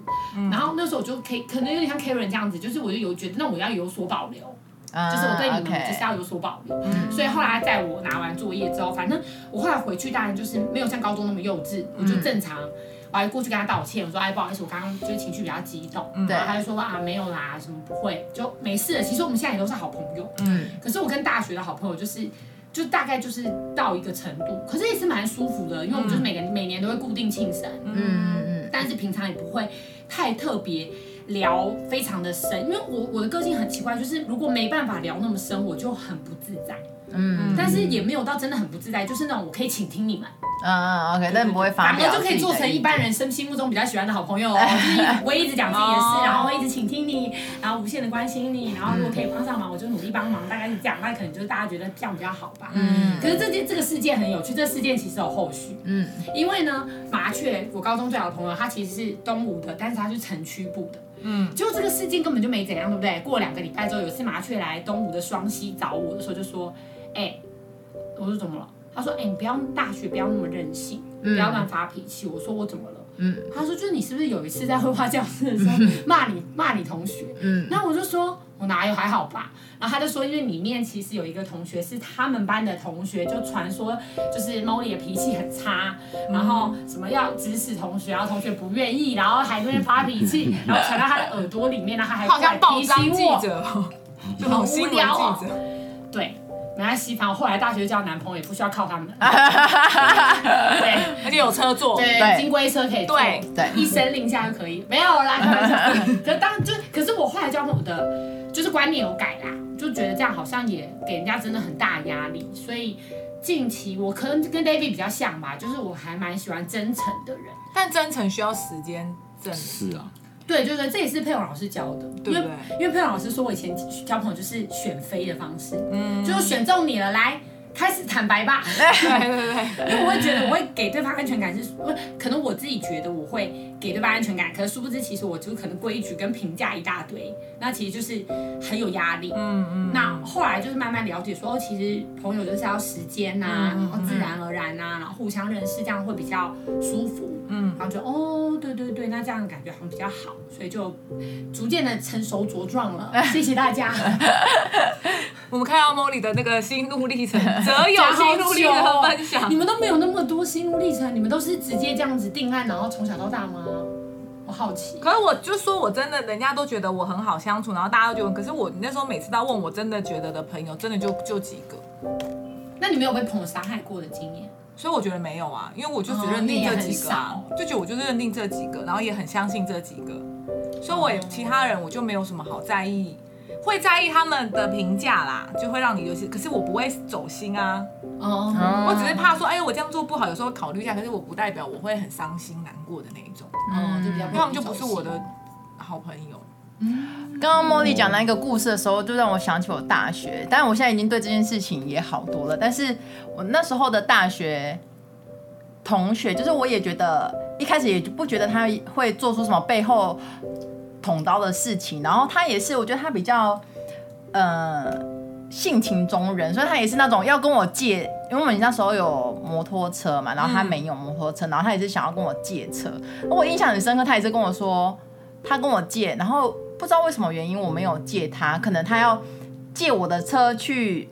Speaker 5: 然后那时候我就可以可能有点像 Karen 这样子，就是我就有觉得那我要有所保留。
Speaker 4: 嗯啊
Speaker 5: 就是我对你们就是要有所保留。所以后来在我拿完作业之后，反正我后来回去，当然就是没有像高中那么幼稚，我就正常。我还过去跟他道歉，我说：“哎，不好意思，我刚刚就是情绪比较激动。
Speaker 4: 嗯
Speaker 5: 然后他就说：“啊，没有啦，什么不会，就没事了。”其实我们现在也都是好朋友。
Speaker 4: 嗯
Speaker 5: 可是我跟大学的好朋友就是。就大概就是到一个程度，可是也是蛮舒服的，因为我们就是每个、每年都会固定庆生，
Speaker 4: 嗯嗯嗯
Speaker 5: 但是平常也不会太特别聊非常的深，因为我我的个性很奇怪，就是如果没办法聊那么深，我就很不自在。
Speaker 4: 嗯
Speaker 5: 但是也没有到真的很不自在，就是那种我可以倾听你们，
Speaker 4: 嗯，OK，但不会发
Speaker 5: 反
Speaker 4: 表
Speaker 5: 而
Speaker 4: 自己的意见，
Speaker 5: 就可以做成一般人生心目中比较喜欢的好朋 [LAUGHS] 友哦。就是我会一直讲自己的
Speaker 3: 哦
Speaker 5: 事，然后会一直倾听你，然后无限的关心你，然后如果可以帮上忙，我就努力帮忙，大概是这样。那可能就是大家觉得这样比较好吧。
Speaker 4: 嗯
Speaker 5: 可是这件这个事件很有趣，这事件其实有后续。
Speaker 4: 嗯
Speaker 5: 因为呢，麻雀我高中最好的朋友，他其实是东吴的，但是他是城区部的。嗯，就这个事件根本就没怎样，对不对？过两个礼拜之后，有一次麻雀来东吴的双溪找我的时候，就说：“哎、我说怎么了？”他说：“哎、你不要大学不要那么任性，不要乱发脾气。我说：“我怎么了？”
Speaker 4: 嗯
Speaker 5: 他说：“就是你是不是有一次在绘画教室的时候骂你骂你同学？”
Speaker 4: 嗯
Speaker 5: 那我就说：“我哪有还好吧？然后他就说，因为里面其实有一个同学是他们班的同学，就传说就是 Molly 的脾气很差，然后什么要指使同学，然后同学不愿意，然后还在那边发脾气，然后传到他的耳朵里面，然后他还
Speaker 3: [LAUGHS] 好像
Speaker 5: 过来
Speaker 3: 报
Speaker 5: 提
Speaker 3: 章
Speaker 5: 醒
Speaker 3: 记
Speaker 5: 我， [LAUGHS]
Speaker 3: 者哦，就
Speaker 5: 好
Speaker 3: 很
Speaker 5: 无
Speaker 3: 新闻记
Speaker 5: 聊哦
Speaker 3: 者。
Speaker 5: 对，没关系，反正我后来大学就交男朋友，也不需要靠他们。对
Speaker 3: 而且有车坐，
Speaker 5: 对，
Speaker 4: 对
Speaker 5: 金龟车可以坐
Speaker 3: 对
Speaker 4: 对
Speaker 5: 一声令下就可以，没有啦，开玩笑。可当就可是我后来交朋友的，就是观念有改啦，就觉得这样好像也给人家真的很大压力，所以近期我可能跟 David 比较像吧，就是我还蛮喜欢真诚的人。
Speaker 3: 但真诚需要时间证明。
Speaker 6: [LAUGHS] 是啊，
Speaker 5: 对，就是这也是佩蓉老师教的，
Speaker 3: 对不
Speaker 5: 因为
Speaker 3: 对
Speaker 5: 因为佩蓉老师说我以前交朋友就是选妃的方式，嗯，就是选中你了，来开始坦白吧。
Speaker 3: [LAUGHS] 对对对，
Speaker 5: 因为我会觉得我会给对方安全感是，我可能我自己觉得我会给对方安全感，可是殊不知其实我就是可能规矩跟评价一大堆，那其实就是很有压力。嗯嗯。那后来就是慢慢了解说，哦，其实朋友就是要时间呐、
Speaker 3: 嗯
Speaker 5: 然后自然而然呐、然后互相认识，这样会比较舒服。嗯。然后就哦，对对对，那这样感觉好像比较好，所以就逐渐的成熟茁壮了。
Speaker 3: [LAUGHS]
Speaker 5: 谢谢大家。
Speaker 3: 我们看到 Molly 的那个心路历程，择友心路历程的分享
Speaker 5: 你。们都没有那么多心路历程，你们都是直接这样子定案，然后从小到大吗？我好奇。
Speaker 3: 可是我就说，我真的，人家都觉得我很好相处，然后大家都觉得，可是我那时候每次到问我真的觉得的朋友，真的就就几个，
Speaker 5: 那你们有被朋友伤害过的经验？
Speaker 3: 所以我觉得没有啊，因为我就只
Speaker 5: 哦
Speaker 3: 认定
Speaker 5: 你也
Speaker 3: 这
Speaker 5: 很
Speaker 3: 几个啊，就觉得我就是认定这几个，然后也很相信这几个，所以我也其他人我就没有什么好在意，会在意他们的评价啦，就会让你有些，可是我不会走心啊，
Speaker 5: 哦，
Speaker 4: 嗯
Speaker 3: 我只是怕说，哎，我这样做不好，有时候考虑一下，可是我不代表我会很伤心难过的那一种，
Speaker 5: 嗯，就比较
Speaker 3: 因为他们就不是我的好朋友。
Speaker 4: 哦刚刚茉莉讲那个故事的时候，就让我想起我大学，但我现在已经对这件事情也好多了。但是我嗯那时候的大学同学，就是我也觉得一开始也不觉得他会做出什么背后捅刀的事情，然后他也是，我觉得他比较呃性情中人，所以他也是那种要跟我借，因为我们那时候有摩托车嘛，然后他没有摩托车，然后他也是想要跟我借车，我印象很深刻，他也是跟我说。他跟我借，然后不知道为什么原因我没有借他，可能他要借我的车去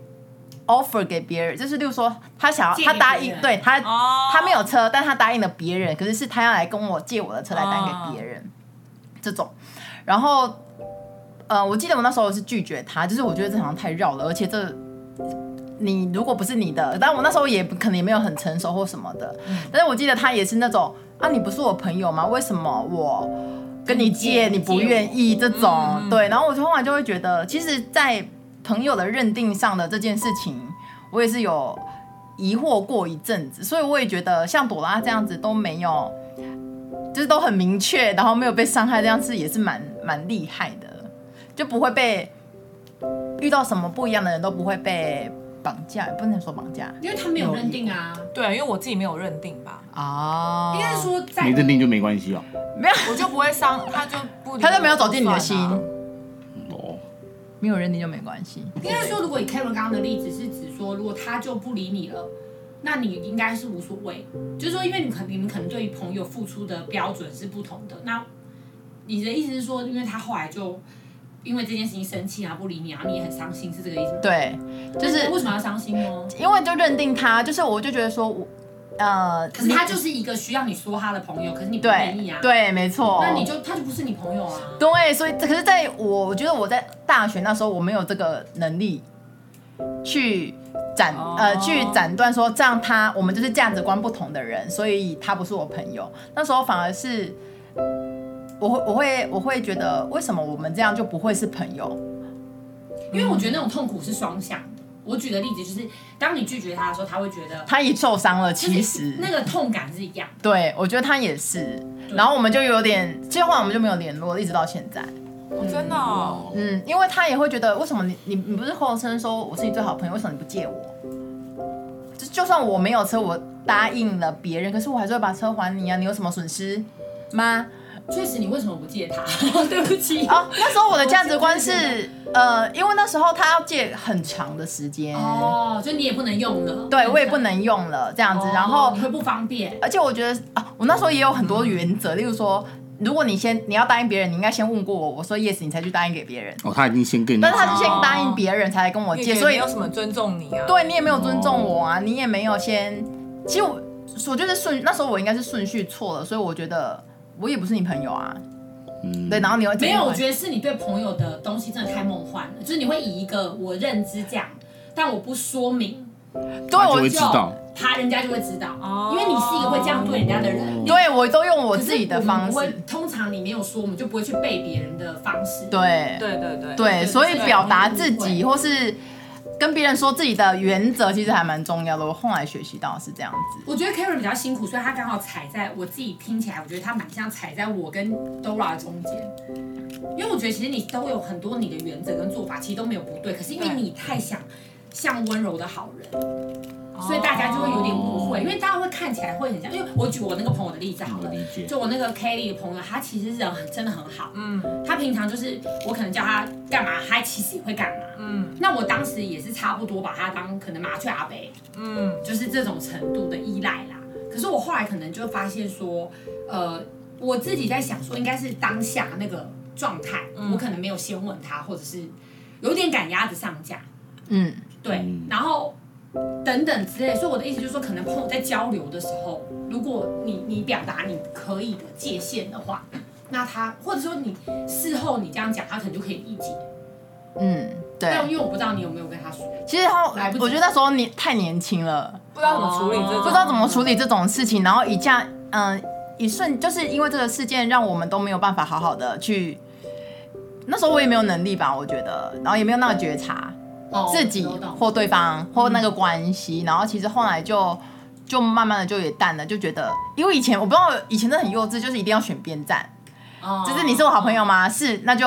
Speaker 4: offer 给别人，就是例如说他想
Speaker 5: 借
Speaker 4: 要
Speaker 5: 给
Speaker 4: 他答
Speaker 5: 别
Speaker 4: 应
Speaker 5: 人，
Speaker 4: 对他、
Speaker 3: 哦
Speaker 4: 他没有车，但他答应了别人，可是是他要来跟我借我的车来贷给别人、这种，然后呃，我记得我那时候是拒绝他，就是我觉得这好像太绕了，而且这。你如果不是你的，但我那时候也可能也没有很成熟或什么的，但是我记得他也是那种啊，你不是我朋友吗？为什么我跟你借你不愿意这种？对，然后我就后来就会觉得，其实，在朋友的认定上的这件事情，我也是有疑惑过一阵子，所以我也觉得像朵拉这样子都没有，就是都很明确，然后没有被伤害，这样子也是蛮蛮厉害的，就不会被遇到什么不一样的人都不会被绑架，不能说绑架
Speaker 5: 因为他没有认定啊。
Speaker 3: 对，因为我自己没有认定吧，
Speaker 4: 哦
Speaker 5: 应该说在
Speaker 6: 没认定就没关系哦。
Speaker 4: 没有，
Speaker 3: 我就不会伤，他就不理我，
Speaker 4: 他就没有走进你的
Speaker 3: 就
Speaker 4: 心
Speaker 3: 算了，
Speaker 6: 哦，
Speaker 4: 没有认定就没关系。
Speaker 5: 应该说，如果以 Karen 刚刚的例子是指说，如果他就不理你了，那你应该是无所谓，就是说，因为你可你们可能对于朋友付出的标准是不同的。那你的意思是说，因为他后来就因为这件事情生气，然后啊不理你，然后你也很伤心，是这个意思吗？
Speaker 4: 对，就是
Speaker 5: 那为什么要伤心呢？
Speaker 4: 因为就认定他，就是我就觉得说我，呃，
Speaker 5: 可是他就是一个需要你说他的朋友，可是你不愿意
Speaker 4: 对
Speaker 5: 啊。，
Speaker 4: 对，没错。
Speaker 5: 那你就他就不是你朋友啊。
Speaker 4: 对，所以可是在我我觉得我在大学那时候我没有这个能力去斩、
Speaker 5: 哦
Speaker 4: 呃去斩断说这样他我们就是价值观不同的人，所以他不是我朋友。那时候反而是我会我会我会觉得为什么我们这样就不会是朋友？
Speaker 5: 因为我觉得那种痛苦是双向的。我举的例子就是，当你拒绝他的时候，他会觉得
Speaker 4: 他也受伤了，
Speaker 5: 就是
Speaker 4: 其实
Speaker 5: 那个痛感是一样的。
Speaker 4: 对我觉得他也是。然后我们就有点，其实后来我们就没有联络，一直到现在。
Speaker 3: 哦真的哦，
Speaker 4: 嗯，因为他也会觉得，为什么你你你不是口口声声说我是你最好朋友，为什么你不借我？就就算我没有车，我答应了别人，可是我还是会把车还你啊，你有什么损失吗？
Speaker 5: 确实，你为什么不借他？ [LAUGHS] 对不起。
Speaker 4: 哦，那时候我的价值观
Speaker 3: 哦
Speaker 4: 是，呃，因为那时候他要借很长的时间，
Speaker 5: 哦，就你也不能用了。哦
Speaker 4: 对我也不能用
Speaker 3: 哦
Speaker 4: 了这样子，然后
Speaker 5: 你会不方便。
Speaker 4: 而且我觉得啊，我那时候也有很多原则，例如说。如果你先你要答应别人，你应该先问过我，我说 yes，你才去答应给别人。
Speaker 6: 哦，他已经先跟你，
Speaker 4: 但是他就先答应别人，才来跟我
Speaker 3: 因
Speaker 4: 借，
Speaker 3: 为
Speaker 4: 嗯所
Speaker 3: 没
Speaker 4: 以
Speaker 3: 有什么尊重你啊。，
Speaker 4: 对你也没有尊重我
Speaker 5: 哦
Speaker 4: 啊，你也没有先，其实我我觉得顺那时候我应该是顺序错了，所以我觉得我也不是你朋友啊。
Speaker 6: 嗯
Speaker 4: 对，然后你又
Speaker 5: 没有，我
Speaker 4: 得
Speaker 5: 觉得是你对朋友的东西真的太梦幻了，就是你会以一个我认知这样，但我不说明，哦
Speaker 4: 对
Speaker 6: 他就
Speaker 4: 我
Speaker 6: 会知道，
Speaker 5: 他人家就会知道，
Speaker 3: 哦
Speaker 5: 因为你是一个会这样对人家的人。
Speaker 4: 对我都用我
Speaker 5: 可是
Speaker 4: 自己的
Speaker 5: 我们
Speaker 4: 方
Speaker 5: 不会
Speaker 4: 式，
Speaker 5: 通常你没有说，我们就不会去背别人的方式。
Speaker 4: 对
Speaker 3: 对对对
Speaker 4: 对，所以表达自
Speaker 5: 对对
Speaker 4: 己
Speaker 5: 对
Speaker 4: 或是跟别人说自己的原则，其实还蛮重要的。我后来学习到是这样子，
Speaker 5: 我觉得 Karen 比较辛苦，所以他刚好踩在我自己听起来，我觉得他蛮像踩在我跟 Dora 中间。因为我觉得其实你都有很多你的原则跟做法，其实都没有不对，可是因为
Speaker 4: 对
Speaker 5: 你太想像温柔的好人，
Speaker 3: 哦
Speaker 5: 所以大家就会有点误会，因为大家会看起来会很像。因为我举我那个朋友的例子好
Speaker 6: 我
Speaker 5: 了
Speaker 6: 理解，
Speaker 5: 就我那个 Kelly 的朋友，他其实人很真的很好，
Speaker 3: 嗯
Speaker 5: 他平常就是我可能叫他干嘛，他其实也会干嘛。
Speaker 3: 嗯
Speaker 5: 那我当时也是差不多把他当可能麻雀阿伯，
Speaker 3: 嗯，
Speaker 5: 就是这种程度的依赖啦。可是我后来可能就发现说，呃，我自己在想说，应该是当下那个状态，
Speaker 4: 嗯
Speaker 5: 我可能没有先问他，或者是有点赶鸭子上架，
Speaker 4: 嗯，
Speaker 5: 对，
Speaker 6: 嗯
Speaker 5: 然后等等之类。所以我的意思就是说，可能朋友在交流的时候，如果你你表达你可以的界限的话，那他或者说你事后你这样讲，他可能就可以理解。
Speaker 4: 嗯，对。
Speaker 5: 但因为我不知道你有没有跟他说，
Speaker 4: 其实他
Speaker 5: 来不，及
Speaker 4: 我觉得那时候你太年轻了，
Speaker 3: 不知道怎么处理这种，
Speaker 4: 不知道怎么处理这种事情，然后一下，嗯，一瞬就是因为这个事件，让我们都没有办法好好的去。那时候我也没有能力吧，我觉得，然后也没有那个觉察，
Speaker 5: 哦
Speaker 4: 自己
Speaker 5: 我懂
Speaker 4: 或对
Speaker 5: 嗯
Speaker 4: 方或那个关系，然后其实后来就就慢慢的就也淡了，就觉得，因为以前我不知道，以前真的很幼稚，就是一定要选边站，
Speaker 5: 哦
Speaker 4: 就是你是我好朋友吗？是，那就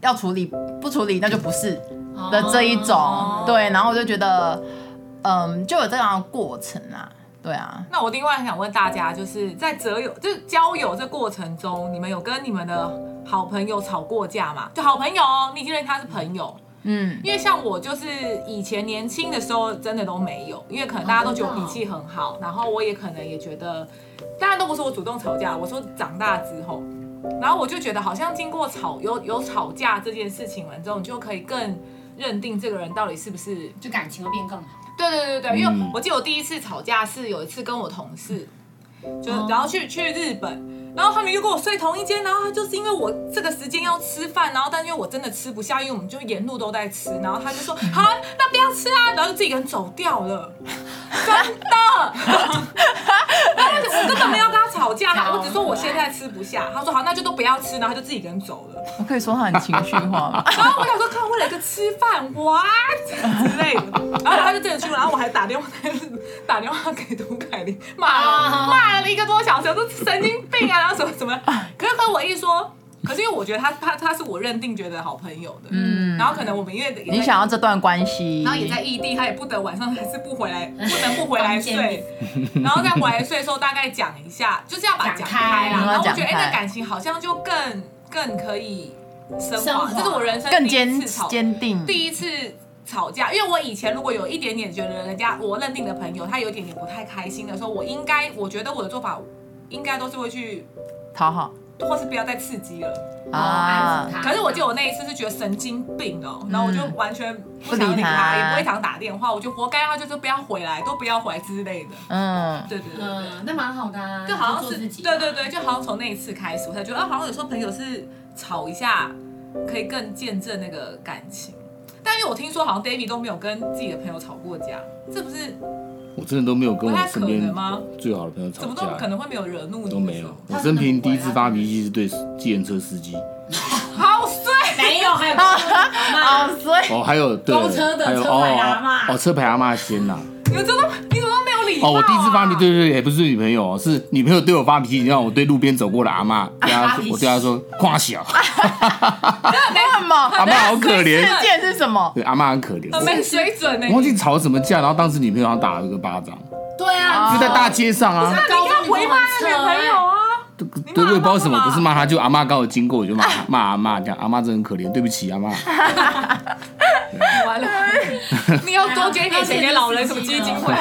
Speaker 4: 要处理，不处理那就不是。的这一种，
Speaker 5: 哦
Speaker 4: 对，然后我就觉得，嗯，就有这样的过程啊，对啊，
Speaker 3: 那我另外很想问大家，就是在择友，就是交友这过程中，你们有跟你们的好朋友吵过架吗？就好朋友哦，你已经认他是朋友，
Speaker 4: 嗯，
Speaker 3: 因为像我就是以前年轻的时候真的都没有，因为可能大家都觉得我脾气很好，然后我也可能也觉得，当然都不是我主动吵架，我说长大之后，然后我就觉得好像经过吵有有吵架这件事情完之后，你就可以更认定这个人到底是不是
Speaker 5: 就感情会变更好。
Speaker 3: 对对对对，因为
Speaker 6: 嗯
Speaker 3: 我记得我第一次吵架是有一次跟我同事，就是然后去去日本，然后他们就跟我睡同一间，然后他就是因为我这个时间要吃饭，然后但因为我真的吃不下，因为我们就沿路都在吃，然后他就说好、啊，那不要吃啊，然后就自己一个人走掉了，真的， [LAUGHS] 然后我根本没有跟他吵架，他我只说我现在吃不下，他说好，那就都不要吃，然后他就自己一个人走了。
Speaker 4: 我可以说他很情绪化
Speaker 3: [LAUGHS]
Speaker 4: 吗？
Speaker 3: 然后我想说，看为了一个吃饭哇之类的，然后他就真的去，然后我还打电话打电话给涂凯琳，骂了骂了一个多小时，我说神经病啊，然后什么什么。可是跟我一说，可是因为我觉得他他他是我认定觉得好朋友的，嗯，然后可能我们因为也在
Speaker 4: 你想要这段关系，
Speaker 3: 然后也在异地，他也不得晚上还是不回来，不能不回来睡，然后再回来睡的时候大概讲一下，就是要把它讲
Speaker 5: 讲
Speaker 3: 开
Speaker 5: 开
Speaker 3: 啦。
Speaker 5: 嗯
Speaker 3: 然后我觉得
Speaker 4: 讲
Speaker 3: 哎，
Speaker 4: 开
Speaker 3: 那感情好像就更更可以升
Speaker 5: 升
Speaker 3: 华，
Speaker 5: 华
Speaker 3: 这是我人生
Speaker 4: 更
Speaker 3: 第一
Speaker 4: 坚
Speaker 3: 次吵
Speaker 4: 坚定，
Speaker 3: 第一次吵架，因为我以前如果有一点点觉得人家我认定的朋友他有一点点不太开心的时候，我应该我觉得我的做法应该都是会去，
Speaker 4: 讨好
Speaker 3: 或是不要再刺激了。
Speaker 5: 安
Speaker 4: 啊
Speaker 5: 抚，他
Speaker 3: 可是我记得我那一次是觉得神经病哦，然后我就完全不想理
Speaker 4: 嗯不理
Speaker 3: 他，
Speaker 4: 他
Speaker 3: 也不会常打电话，我就活该他就是不要回来，都不要回来之类的。
Speaker 4: 嗯，
Speaker 3: 对对对对。
Speaker 5: 嗯，那蛮好的、啊，
Speaker 3: 就好像
Speaker 5: 做
Speaker 3: 是
Speaker 5: 自己，
Speaker 3: 对对对，就好像从那一次开始，我才觉得，啊，好像有时候朋友是吵一下，可以更见证那个感情。但因为我听说好像 David 都没有跟自己的朋友吵过架，这不是
Speaker 6: 我真的都没有跟
Speaker 3: 不
Speaker 6: 我
Speaker 3: 太可
Speaker 6: 身边
Speaker 3: 能吗？
Speaker 6: 最好的朋友
Speaker 3: 怎
Speaker 6: 吵
Speaker 3: 么都可
Speaker 6: 架，
Speaker 3: 能会没有惹怒你？
Speaker 6: 都没有。。我
Speaker 5: 他
Speaker 6: 生
Speaker 5: 真的
Speaker 6: 平
Speaker 5: 不
Speaker 6: 第
Speaker 5: 会
Speaker 6: 一次
Speaker 5: 他
Speaker 6: 发
Speaker 5: 真的
Speaker 6: 脾气是对计程车司机，
Speaker 3: 好衰，啊
Speaker 5: 没有，还有公车的阿嬷
Speaker 4: 哦，所以
Speaker 6: 哦，还有对，
Speaker 5: 公车的
Speaker 6: 还有
Speaker 5: 车牌
Speaker 6: 哦
Speaker 5: 阿嬷
Speaker 6: 哦，车牌阿妈
Speaker 5: [LAUGHS]
Speaker 6: 先啦。
Speaker 3: [LAUGHS] 你们真的你怎么都没有礼貌、啊？
Speaker 6: 哦，我第一次发脾，对对对，也不是女朋友，是女朋友对我发脾气，你让我对路边走过的
Speaker 5: [LAUGHS]
Speaker 6: 阿妈，对她
Speaker 5: 发脾气
Speaker 6: 我对
Speaker 5: [LAUGHS]
Speaker 6: 她说夸小，
Speaker 4: 为什么？
Speaker 6: 阿妈好可怜，
Speaker 4: 事件是什么？
Speaker 6: 对阿妈很可怜。
Speaker 3: 很
Speaker 6: 我
Speaker 3: 没水准呢、
Speaker 6: 我忘记吵什么架，然后当时女朋友好像打了个巴掌，
Speaker 5: 对
Speaker 4: 哦
Speaker 5: 啊，
Speaker 6: 就在大街上啊，
Speaker 5: 那
Speaker 3: 你要回骂
Speaker 5: 那
Speaker 3: 那女朋
Speaker 5: 哎
Speaker 3: 友啊！
Speaker 6: 对我也不知道什么，不是骂她，就阿妈刚好经过，我就骂骂阿妈这样，阿妈真的很可怜，对不起阿妈。
Speaker 5: 哎
Speaker 3: 完了， [LAUGHS] 你要多捐一点钱给老
Speaker 5: [LAUGHS]
Speaker 3: 人什么
Speaker 5: 啊
Speaker 3: 基金会。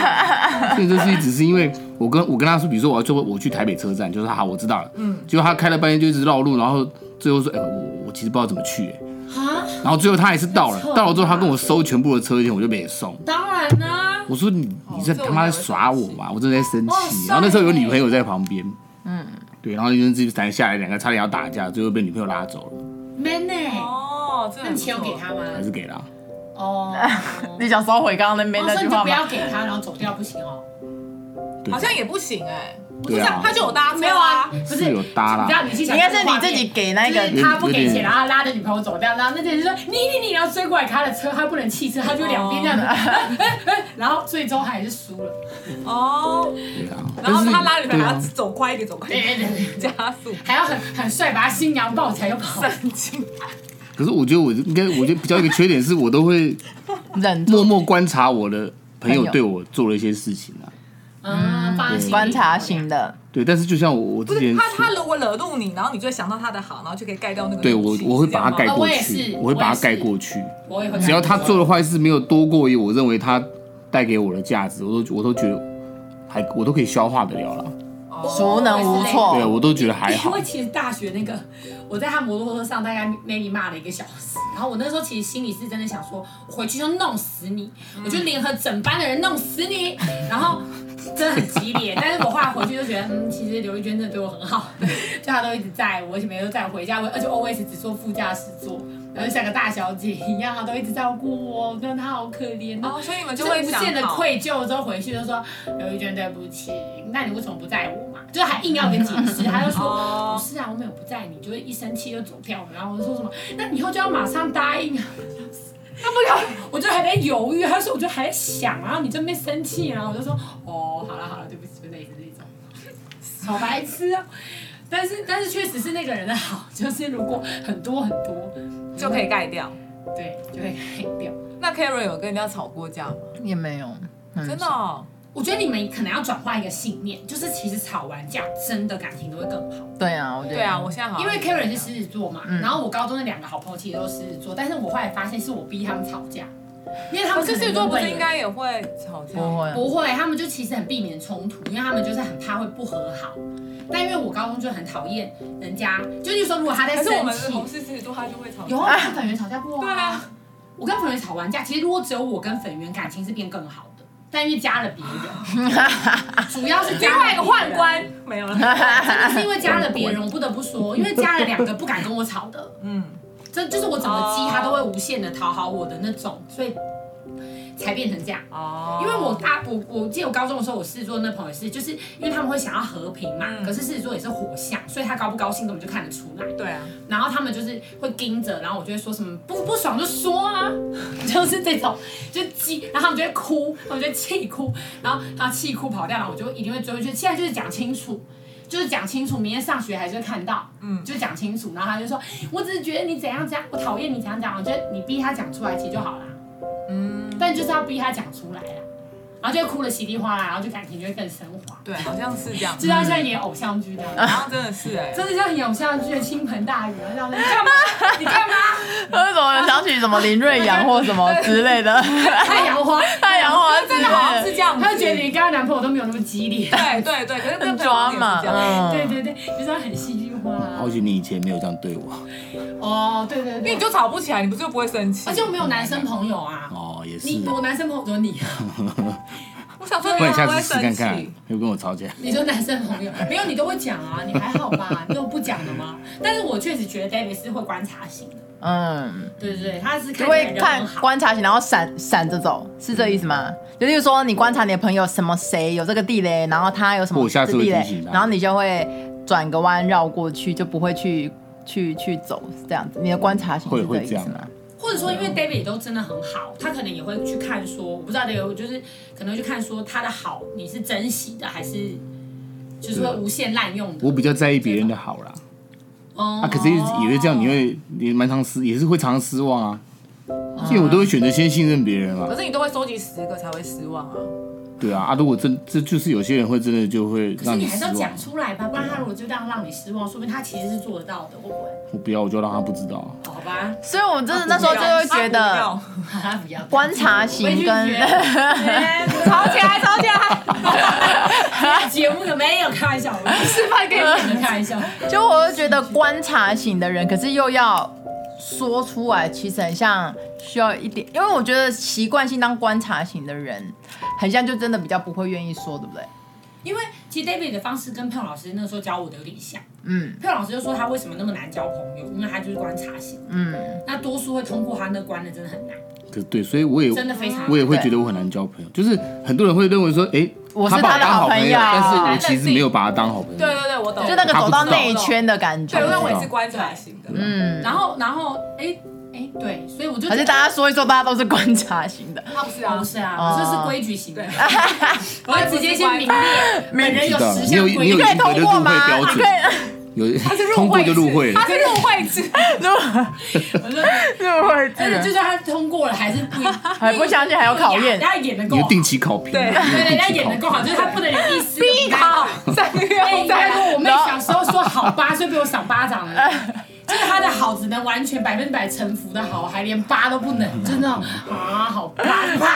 Speaker 6: 所以 [LAUGHS] 这事情只是因为我跟我跟他说，比如说我要坐我去台北车站，就是好，我知道了，嗯，结果他开了半天就一直绕路，然后最后说，哎、我我其实不知道怎么去、哎
Speaker 5: 啊，
Speaker 6: 然后最后他还是到了
Speaker 5: 没，错
Speaker 6: 到了之后他跟我收全部的车钱，我就没送。
Speaker 5: 当然啦、
Speaker 6: 我说你你这
Speaker 3: 这我
Speaker 6: 他妈
Speaker 3: 也
Speaker 6: 在
Speaker 3: 会
Speaker 6: 耍我嘛！我真的在生
Speaker 5: 哇
Speaker 6: 气。
Speaker 5: 塞
Speaker 6: 然后那时候有女朋友在旁边，嗯，对，然后就是自己谈下来，两个差点要打架，最后被女朋友拉走了，
Speaker 5: man 呢、
Speaker 3: 哦，这
Speaker 5: 那
Speaker 3: 很
Speaker 5: 你
Speaker 3: 不
Speaker 5: 钱有给
Speaker 3: 错。
Speaker 5: 他吗？
Speaker 6: 还是给了。
Speaker 5: 哦，
Speaker 4: [LAUGHS] 你想收回刚刚那边
Speaker 5: 哦
Speaker 4: 那
Speaker 5: 所以
Speaker 4: 句
Speaker 5: 你就
Speaker 4: 话
Speaker 5: 不
Speaker 4: 吗？
Speaker 5: 要给他，然后走掉不行哦。
Speaker 6: 对，
Speaker 3: 好像也不行哎，不是
Speaker 6: 对啊
Speaker 3: 这样，他就有搭车
Speaker 5: 没有啊，
Speaker 3: 啊。
Speaker 5: 不
Speaker 6: 是
Speaker 5: 是
Speaker 6: 有搭啦
Speaker 5: 你知道你是想
Speaker 4: 应该是你自己。给那
Speaker 5: 就
Speaker 4: 个
Speaker 5: 是他不给
Speaker 6: 有
Speaker 5: 钱，
Speaker 6: 点
Speaker 5: 然后拉着女朋友走掉，然后那个人就说你你你，然后追过来开了车，他不能弃车，他就两边这样子，
Speaker 4: 哦
Speaker 5: [LAUGHS] 然后最终还是输了。
Speaker 4: [LAUGHS]
Speaker 3: 哦，
Speaker 6: 对啊。
Speaker 3: 然后
Speaker 6: 但是
Speaker 3: 他拉你们，
Speaker 6: 对
Speaker 3: 还要
Speaker 6: 啊，
Speaker 3: 走快一点，走快一
Speaker 5: 对
Speaker 3: 点，
Speaker 5: 对对
Speaker 3: [LAUGHS]
Speaker 5: 对，
Speaker 3: 加速。
Speaker 5: 还要很很帅，把他新娘抱起来就跑。啊
Speaker 3: 神经，
Speaker 6: 可是我觉得我应该，我觉得比较一个缺点是我都会
Speaker 4: 忍
Speaker 6: 默
Speaker 4: 住
Speaker 6: 默观察我的朋友
Speaker 4: 朋友
Speaker 6: 对我做了一些事情啊。
Speaker 5: 嗯，放在心里
Speaker 4: 观察型的，
Speaker 6: 对，但是就像我我
Speaker 3: 不
Speaker 6: 之前
Speaker 3: 是他
Speaker 6: 说
Speaker 3: 他如果惹怒你，然后你就会想到他的好，然后就可以盖掉那个怒气。
Speaker 6: 对我我会
Speaker 3: 是这
Speaker 6: 把
Speaker 3: 样
Speaker 6: 它
Speaker 3: 吗
Speaker 6: 盖
Speaker 5: 啊
Speaker 6: 过
Speaker 5: 我也
Speaker 6: 去
Speaker 5: 是，
Speaker 6: 我会把
Speaker 5: 我
Speaker 6: 它
Speaker 5: 也
Speaker 6: 盖
Speaker 5: 是
Speaker 6: 过去。
Speaker 5: 我也会。
Speaker 6: 只要他做的，坏事没有多过于我认为他带给我的价值，我都我都觉得还我都可以消化得了啦。
Speaker 4: 熟能无
Speaker 5: 哦
Speaker 6: 对，啊
Speaker 4: 措。
Speaker 6: 我都觉得还
Speaker 5: 因
Speaker 6: 好
Speaker 5: 为。其实大学那个，我在他摩托车上大概 maybe 骂了一个小时，然后我那时候其实心里是真的想说，我回去就弄死你，我就联合整班的人弄死你，然后。真的很激烈，但是我后来回去就觉得，嗯，其实刘玉娟真的对我很好， [LAUGHS] 就她都一直载我，而且每次都载我回家，我而且 always 只坐副驾驶座，然后像个大小姐一样，她都一直照顾我，真的她好可怜哦
Speaker 3: 哦，。所以你们
Speaker 5: 就
Speaker 3: 就
Speaker 5: 会
Speaker 3: 会
Speaker 5: 无
Speaker 3: 想
Speaker 5: 限的
Speaker 3: 好
Speaker 5: 愧疚，之后回去就说刘玉娟对不起，那你为什么不在我嘛？就还硬要给解释，他就说
Speaker 3: 哦
Speaker 5: 不是啊，我没有不在你，就会一生气就走掉。然后我就说什么，那以后就要马上答应啊。那不了，我就还在犹豫，他说我就还在想，啊然后你这边生气，啊然后我就说哦，好了好了，对不起，就类似这种，好白痴啊。但是但是确实是那个人的好，就是如果很多很多，
Speaker 3: 就可以盖掉。
Speaker 5: 对，就会黑掉。
Speaker 3: 那 Karen 有跟人家吵过架吗？
Speaker 4: 也没有，嗯
Speaker 3: 真的哦，
Speaker 5: 我觉得你们可能要转换一个信念，就是其实吵完架，真的感情都会更好。
Speaker 4: 对啊，我觉得
Speaker 3: 对啊，
Speaker 4: [LAUGHS]
Speaker 3: 我现在好像嗯
Speaker 5: 因为 Karen 是狮子座嘛，然后我高中的两个好朋友其实都是狮子座，但是我后来发现是我逼他们吵架，因为他
Speaker 3: 可
Speaker 5: 们
Speaker 3: 是哦
Speaker 5: 可
Speaker 3: 狮子
Speaker 5: 能
Speaker 3: 座不
Speaker 5: 为
Speaker 3: 是
Speaker 5: 了
Speaker 3: 应该也会吵架？
Speaker 4: 不会
Speaker 5: 不会，啊他们就其实很避免冲突，因为他们就是很怕会不和好。但因为我高中就很讨厌人家，就是说如果他在
Speaker 3: 可是我
Speaker 5: 生
Speaker 3: 们的
Speaker 5: 气
Speaker 3: 同，事狮子座他就会吵
Speaker 5: 有啊，
Speaker 3: 架。
Speaker 5: 我跟粉圆吵架过
Speaker 3: 对啊，
Speaker 5: 我跟粉圆吵完架，其实如果只有我跟粉圆感情是变更好的，但因为加了别
Speaker 3: [LAUGHS]
Speaker 5: 人，主要是加了
Speaker 3: 另外一个
Speaker 5: 别人
Speaker 3: 宦官没有了。
Speaker 5: [LAUGHS] 真的
Speaker 3: [LAUGHS]
Speaker 5: 是因为加了别人，我不得不说，因为加了两个不敢跟我吵的，
Speaker 3: 嗯，
Speaker 5: 这就是我怎么激他都会无限的讨好我的那种，所以才变成这样。
Speaker 3: 哦，
Speaker 5: 因为我大我我记得我高中的时候，我狮子座那朋友也是，就是因为他们会想要和平嘛，
Speaker 3: 嗯
Speaker 5: 可是狮子座也是火象，所以他高不高兴根本就看得出来。
Speaker 3: 对啊，
Speaker 5: 然后他们就是会盯着，然后我就会说什么不不爽就说啊， [LAUGHS] 就是这种，就激，然后他们就会哭，他们就会气哭，然后他气哭跑掉，然后我就一定会追回去。现在就是讲清楚，就是讲清楚，明天上学还是会看到，嗯，就讲清楚。然后他就说，我只是觉得你怎样怎样，我讨厌你怎样怎样，我觉得你逼他讲出来其实就好啦，嗯，但就是要逼他讲出来啦，然后就会哭的稀里哗啦，然后就感情就会更升华，
Speaker 3: 对，啊好像是这样。
Speaker 5: 就像像演偶像剧那样。
Speaker 3: 好像真的是哎，
Speaker 5: 真的像演偶像剧的倾盆大雨，然后这样子你干嘛？你
Speaker 4: [LAUGHS]
Speaker 5: 干嘛？
Speaker 4: 我怎么想起什么林瑞阳或什么之类
Speaker 3: [LAUGHS]
Speaker 4: 的？
Speaker 5: 太阳花，
Speaker 4: 太阳花之
Speaker 3: 真的好像是
Speaker 4: 类
Speaker 3: 这样子。
Speaker 5: 他就觉得你跟他男朋友都没有那么激烈。
Speaker 3: 对对对，可是
Speaker 4: 很
Speaker 3: 跟朋
Speaker 4: 抓
Speaker 3: 友也
Speaker 4: 嘛，
Speaker 3: 是这样，
Speaker 5: 对
Speaker 4: 嗯，
Speaker 5: 对对，就是他很戏剧化啊
Speaker 6: 好。险哦你以前没有这样对我。
Speaker 5: 哦，对对
Speaker 3: 因为
Speaker 5: 对
Speaker 3: 你，就吵不起来，你不是就不会生气？
Speaker 5: 而且我没有男生朋友啊。
Speaker 6: 哦，也是。
Speaker 5: 你我男生朋友只有你， [LAUGHS]
Speaker 3: 我想说你
Speaker 6: 不
Speaker 3: 会
Speaker 6: 然
Speaker 3: 不
Speaker 6: 下
Speaker 3: 啊会
Speaker 6: 次试
Speaker 3: 生
Speaker 6: 看看
Speaker 3: 气？，
Speaker 6: 又跟我吵架。
Speaker 5: 你说男生朋友没有你都会讲啊，你还好
Speaker 6: [LAUGHS]
Speaker 5: 吧？你有不讲的吗？但是我确实觉得 David 是会观察型的，
Speaker 4: 嗯，
Speaker 5: 对对对，他是看
Speaker 4: 就
Speaker 5: 起来
Speaker 4: 会
Speaker 5: 人
Speaker 4: 看
Speaker 5: 很好。
Speaker 4: 观察型，然后闪闪着走，是这意思吗？就例如说，你观察你的朋友什么谁有这个地雷，然后他有什么
Speaker 6: 我下次会
Speaker 4: 地
Speaker 6: 提
Speaker 4: 雷
Speaker 6: 醒，他
Speaker 4: 然后你就会转个弯绕过去，就不会去去去走是这样子。你的观察型
Speaker 6: 会
Speaker 4: 是
Speaker 6: 会
Speaker 4: 个意
Speaker 6: 这样啊
Speaker 4: 思吗？
Speaker 5: 或者说，因为 David 也都真的很好，他可能也会去看说，我不知道 David 我就是可能会去看说他的好，你是珍惜的还是就是会无限滥用的
Speaker 6: 我。比较在意别人的好啦，
Speaker 5: 哦
Speaker 6: 啊，可是也是这样，你会你蛮常失，也是会常失望啊。所以我都会选择先信任别人嘛
Speaker 3: 呃可。是你都会收集十个才会失望啊。
Speaker 6: 对啊啊！如果真这就是有些人会真的就会
Speaker 5: 可是
Speaker 6: 让
Speaker 5: 你还
Speaker 6: 失
Speaker 5: 是要
Speaker 6: 望。
Speaker 5: 讲出来吧，不然他如果就这样让你失望，说明他其实是做得到的，会不会？
Speaker 6: 我不要，我就让他不知道啊。
Speaker 5: 好吧，
Speaker 4: 所以我真的那时候就会觉
Speaker 5: 啊
Speaker 4: 得
Speaker 5: [LAUGHS]
Speaker 3: 啊
Speaker 5: 他不要
Speaker 4: 观察型跟
Speaker 5: 我也是觉
Speaker 3: 吵起来，吵起
Speaker 5: [LAUGHS]
Speaker 3: 来，
Speaker 5: 节目的没有开玩笑，我们
Speaker 4: [LAUGHS]
Speaker 5: 示范给你们开玩笑。
Speaker 4: [LAUGHS] 就我会觉得观察型的人，可是又要说出来，其实很像需要一点，因为我觉得习惯性当观察型的人，很像就真的比较不会愿意说，对不对？
Speaker 5: 因为其实 David 的方式跟票老师那时候教我的有点像。
Speaker 4: 嗯
Speaker 5: 票老师就说他为什么那么难交朋友，因为他就是观察型，
Speaker 4: 嗯，
Speaker 5: 那多数会通过他那关的真的很难，
Speaker 6: 可对，所以我也
Speaker 5: 真的非常难。
Speaker 6: 我也会觉得我很难交朋友，就是很多人会认为说，哎，
Speaker 4: 我是
Speaker 6: 把
Speaker 4: 他的
Speaker 6: 当
Speaker 4: 好
Speaker 6: 好
Speaker 4: 朋友
Speaker 6: 但是我其实没有把他当好朋友。
Speaker 3: [LAUGHS] 对对对，我懂，
Speaker 4: 就那个走到内圈的感觉
Speaker 3: 对，。
Speaker 6: 他
Speaker 3: 那
Speaker 6: 不
Speaker 3: 我
Speaker 6: 知
Speaker 3: 也
Speaker 6: 道
Speaker 3: 是观察型的，
Speaker 4: 嗯，
Speaker 5: 然后，然后，哎哎，对，所以我就
Speaker 4: 还是大家说一说，大家都是观察型的，
Speaker 3: 他不是
Speaker 5: 家
Speaker 3: 啊
Speaker 5: 不，是
Speaker 4: 哦
Speaker 5: 啊，我就是规矩型的
Speaker 3: 对，
Speaker 5: [LAUGHS] 我会直接先明
Speaker 6: [LAUGHS]
Speaker 5: 列，本人有十项
Speaker 6: 你
Speaker 5: 规
Speaker 6: 有
Speaker 5: 矩
Speaker 4: [LAUGHS] 你可，以
Speaker 6: 及
Speaker 4: 通
Speaker 6: 格的
Speaker 4: 过
Speaker 6: 入会
Speaker 4: 吗？
Speaker 6: 标
Speaker 4: 你
Speaker 6: 准
Speaker 4: 可以
Speaker 6: 有
Speaker 3: 他是
Speaker 6: 通
Speaker 3: 入
Speaker 6: 过
Speaker 3: 会制
Speaker 6: 就入会了
Speaker 3: 他。是入会制，
Speaker 5: [LAUGHS] 我就
Speaker 4: 入会
Speaker 5: 但是就
Speaker 4: 制，
Speaker 5: 算他通过了，还是不
Speaker 4: 嗯 [LAUGHS] 还不相信还有考验
Speaker 5: 人。家演的够
Speaker 6: 你的
Speaker 5: 好，
Speaker 6: 定期考评，啊
Speaker 3: 对
Speaker 6: 你的
Speaker 5: 对，人
Speaker 6: 定
Speaker 5: 家
Speaker 6: 期
Speaker 5: 演的够好，就是他不能有一
Speaker 4: [LAUGHS]
Speaker 5: 丝的不耐
Speaker 3: 好
Speaker 5: 烦。，
Speaker 3: 三个月
Speaker 5: 哎，
Speaker 3: 后
Speaker 5: 应
Speaker 3: 再
Speaker 5: 该
Speaker 3: 来。
Speaker 5: 说我妹小时候说好八岁被我赏巴掌了，就是她的好只能完全百分之百臣服的好，还连八都不能，就是那种啊好棒棒。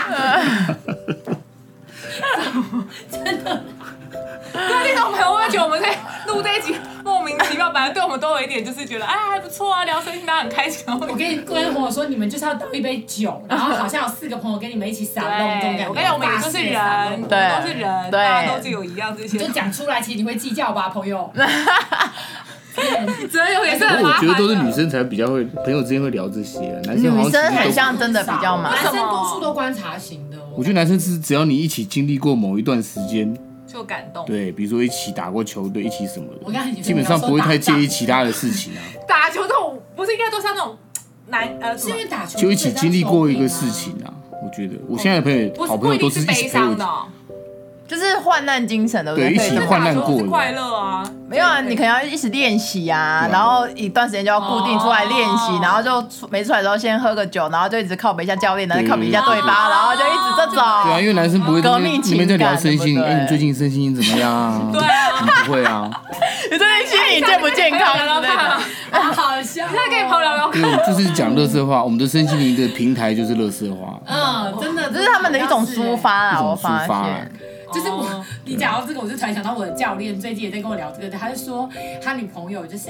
Speaker 3: 那听众朋友会觉得我们在录这一集莫名其妙，本来对我们都有一点就是觉得哎还不错啊，聊身心大家很开心，然后
Speaker 5: 我跟各位朋友说，你们就是要倒一杯酒，然后好像有四个朋友跟你们一起撒弄这种感觉。
Speaker 3: 对，哎我跟你讲，我们也就是人，
Speaker 5: 大
Speaker 3: 我
Speaker 5: 肆
Speaker 3: 们
Speaker 5: 地撒
Speaker 3: 都是人，
Speaker 4: 对
Speaker 3: 大家都只有一样这些
Speaker 5: 弄就。讲出来，其实你会计较吧，朋友。
Speaker 3: 择友也是
Speaker 6: 可
Speaker 3: 很
Speaker 6: 哎是我
Speaker 3: 麻烦
Speaker 6: 觉
Speaker 3: 的。
Speaker 6: 得都是女生才比较会，朋友之间会聊这些，男生
Speaker 4: 女
Speaker 6: 好
Speaker 4: 生
Speaker 6: 像
Speaker 4: 很
Speaker 6: 其实都。
Speaker 4: 像真的比较忙
Speaker 5: 男，生
Speaker 3: 为什么
Speaker 5: 多数都观察型的哦。
Speaker 6: 我觉得男生是只要你一起经历过某一段时间，
Speaker 3: 就感动，
Speaker 6: 对，比如说一起打过球队，一起什么
Speaker 5: 我刚才以
Speaker 6: 的，
Speaker 5: 为
Speaker 6: 基本上不会太介意其他的事情啊，
Speaker 3: 打球这种不是应该都像那种男呃，
Speaker 5: 是因为打球
Speaker 6: 就一起经历过一个事 [LAUGHS] 情啊。我觉得我现在的朋
Speaker 3: 不
Speaker 6: 友，
Speaker 3: 是
Speaker 6: 好朋
Speaker 3: 不
Speaker 6: 友
Speaker 3: 一
Speaker 6: 都
Speaker 3: 定是
Speaker 6: 是一
Speaker 3: 悲
Speaker 6: 起陪我
Speaker 3: 伤的，哦，
Speaker 4: 就是患难精神，对不对？
Speaker 6: 对一起
Speaker 4: 可以这么
Speaker 6: 患
Speaker 4: 说
Speaker 6: 难
Speaker 3: 打球
Speaker 6: 过
Speaker 3: 是
Speaker 6: 的
Speaker 3: 快乐啊，
Speaker 4: 没有啊，你可能要一直练习啊
Speaker 6: 对啊，
Speaker 4: 然后一段时间就要固定出来练习
Speaker 3: 哦，
Speaker 4: 然后就出每次出来的时候先喝个酒，然后就一直靠北一下教练，然后
Speaker 6: 对
Speaker 4: 靠北一下对方，然后就一直这
Speaker 6: 对啊，
Speaker 4: 种。
Speaker 6: 因为男生不会在那
Speaker 4: 革命
Speaker 6: 边
Speaker 4: 情
Speaker 6: 你们在聊
Speaker 4: 感
Speaker 6: 身心，
Speaker 4: 对不对
Speaker 6: 哎，你最近身心怎么样啊？
Speaker 3: 对啊，
Speaker 6: 不会啊，
Speaker 4: 你最近
Speaker 5: 哎
Speaker 4: 心理健不健康
Speaker 3: [LAUGHS] 聊
Speaker 4: 之
Speaker 3: 聊
Speaker 4: 类的
Speaker 3: 看？，
Speaker 5: 啊，好笑哦。
Speaker 3: 再跟你朋友聊聊看，
Speaker 6: 因为我们就是讲乐色话，我们的身心灵的平台就是乐色话，
Speaker 5: 嗯，真的，
Speaker 4: 这是他们的一种
Speaker 5: 真的
Speaker 4: 抒发
Speaker 6: 一
Speaker 4: 啊，我
Speaker 6: 种抒
Speaker 4: 发
Speaker 6: 发啊
Speaker 4: 现。。
Speaker 5: 就是我，
Speaker 3: 哦
Speaker 5: [LAUGHS] 你讲到这个，我就突然想到我的教练最近也在跟我聊这个，他就说他女朋友就是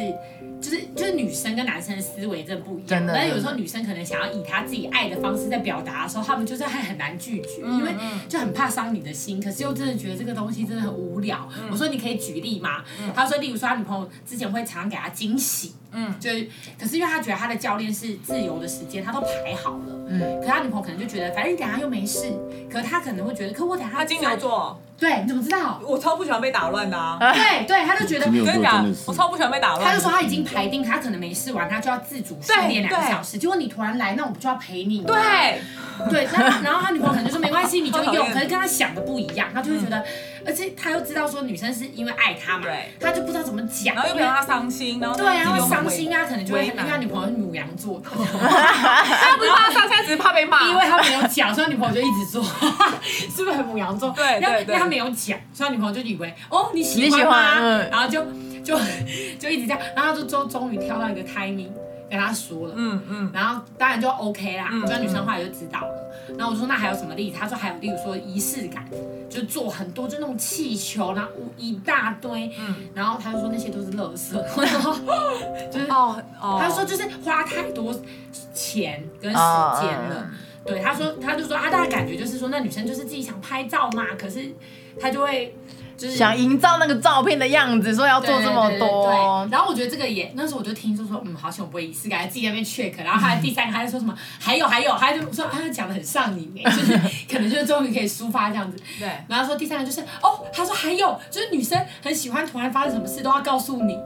Speaker 5: 就是就是女生跟男生的思维真的不一样
Speaker 4: 真，的
Speaker 5: 但是有时候女生可能想要以她自己爱的方式在表达的时候，他们就是还很难拒绝，因为就很怕伤你的心，可是又真的觉得这个东西真的很无聊。我说你可以举例吗？他说，例如说他女朋友之前会常常给他惊喜，嗯，就是可是因为他觉得他的教练是自由的时间，他都排好了，嗯，可他女朋友可能就觉得反正你等一下又没事，可他可能会觉得，可我等一下
Speaker 3: 他金牛座，
Speaker 5: 对，你怎么知
Speaker 3: [LAUGHS]
Speaker 5: 道？
Speaker 3: 我超不喜欢被打乱的啊，
Speaker 5: 对对，他就觉得
Speaker 6: 金，牛座
Speaker 3: 真的假
Speaker 6: 真
Speaker 3: 的
Speaker 6: 的？是
Speaker 3: 我，超不喜欢被打乱的。
Speaker 5: 嗯他就说他已经排定，他可能没试完，他就要自主训练
Speaker 3: 对
Speaker 5: 两个小时。结果你突然来，那我不就要陪你吗？
Speaker 3: 对，
Speaker 5: 对，那 [LAUGHS] 然后他女朋友可能就说没关系，你就
Speaker 3: 好讨
Speaker 5: 用。
Speaker 3: 厌嗯
Speaker 5: 可是跟他想的不一样，他就会觉得，而且他又知道说女生是因为爱他嘛
Speaker 3: 对，
Speaker 5: 他就不知道怎么讲，
Speaker 3: 然后又
Speaker 5: 因
Speaker 3: 不
Speaker 5: 为
Speaker 3: 让他伤心，然后
Speaker 5: 对啊，
Speaker 3: 自己
Speaker 5: 会
Speaker 3: 又很
Speaker 5: 伤
Speaker 3: 委
Speaker 5: 心啊，可能就会
Speaker 3: 为
Speaker 5: 因为
Speaker 3: 难
Speaker 5: 他女朋友是母羊座，
Speaker 3: [LAUGHS] 他不是怕伤，他只是怕被骂。
Speaker 5: 因为他没有讲，所以他女朋友就一直
Speaker 3: [LAUGHS]
Speaker 5: 说，是不是很母羊座？
Speaker 3: 对
Speaker 5: 因为
Speaker 3: 对对
Speaker 5: 因为他没有讲，所以他女朋友就以为哦你喜
Speaker 4: 你喜
Speaker 5: 欢
Speaker 4: 欢
Speaker 5: 吗？
Speaker 4: 嗯
Speaker 5: 然后就就就一直这样，然后就终终于挑到一个 timing 跟他说了，
Speaker 3: 嗯嗯，
Speaker 5: 然后当然就 OK 啦，
Speaker 3: 嗯
Speaker 5: 就女生后来就知道了。然后我就说那还有什么例子？他说还有例如说仪式感，就做很多就那种气球，然后一大堆，
Speaker 3: 嗯
Speaker 5: 然后他就说那些都是垃
Speaker 3: [LAUGHS]
Speaker 5: 圾，然后就是
Speaker 3: 哦哦，
Speaker 5: 他说就是花太多钱跟时
Speaker 4: 哦
Speaker 5: 间了。对，他说，他就说啊，大概感觉就是说，那女生就是自己想拍照嘛，可是她就会就是
Speaker 4: 想营造那个照片的样子，所以要
Speaker 5: 对
Speaker 4: 做这么
Speaker 5: 对对对
Speaker 4: 多
Speaker 5: 对。然后我觉得这个也那时候我就听就说，嗯，好险我不会仪式感，自己在那边 check。然后他第三个他就说什么，还有还有，他就说啊，讲的很上
Speaker 4: [LAUGHS]
Speaker 5: 瘾耶，就是可能就是终于可以抒发这样子。
Speaker 3: 对，
Speaker 5: 然后说第三个就是哦，他说还有就是女生很喜欢突然发生什么事都要告诉你，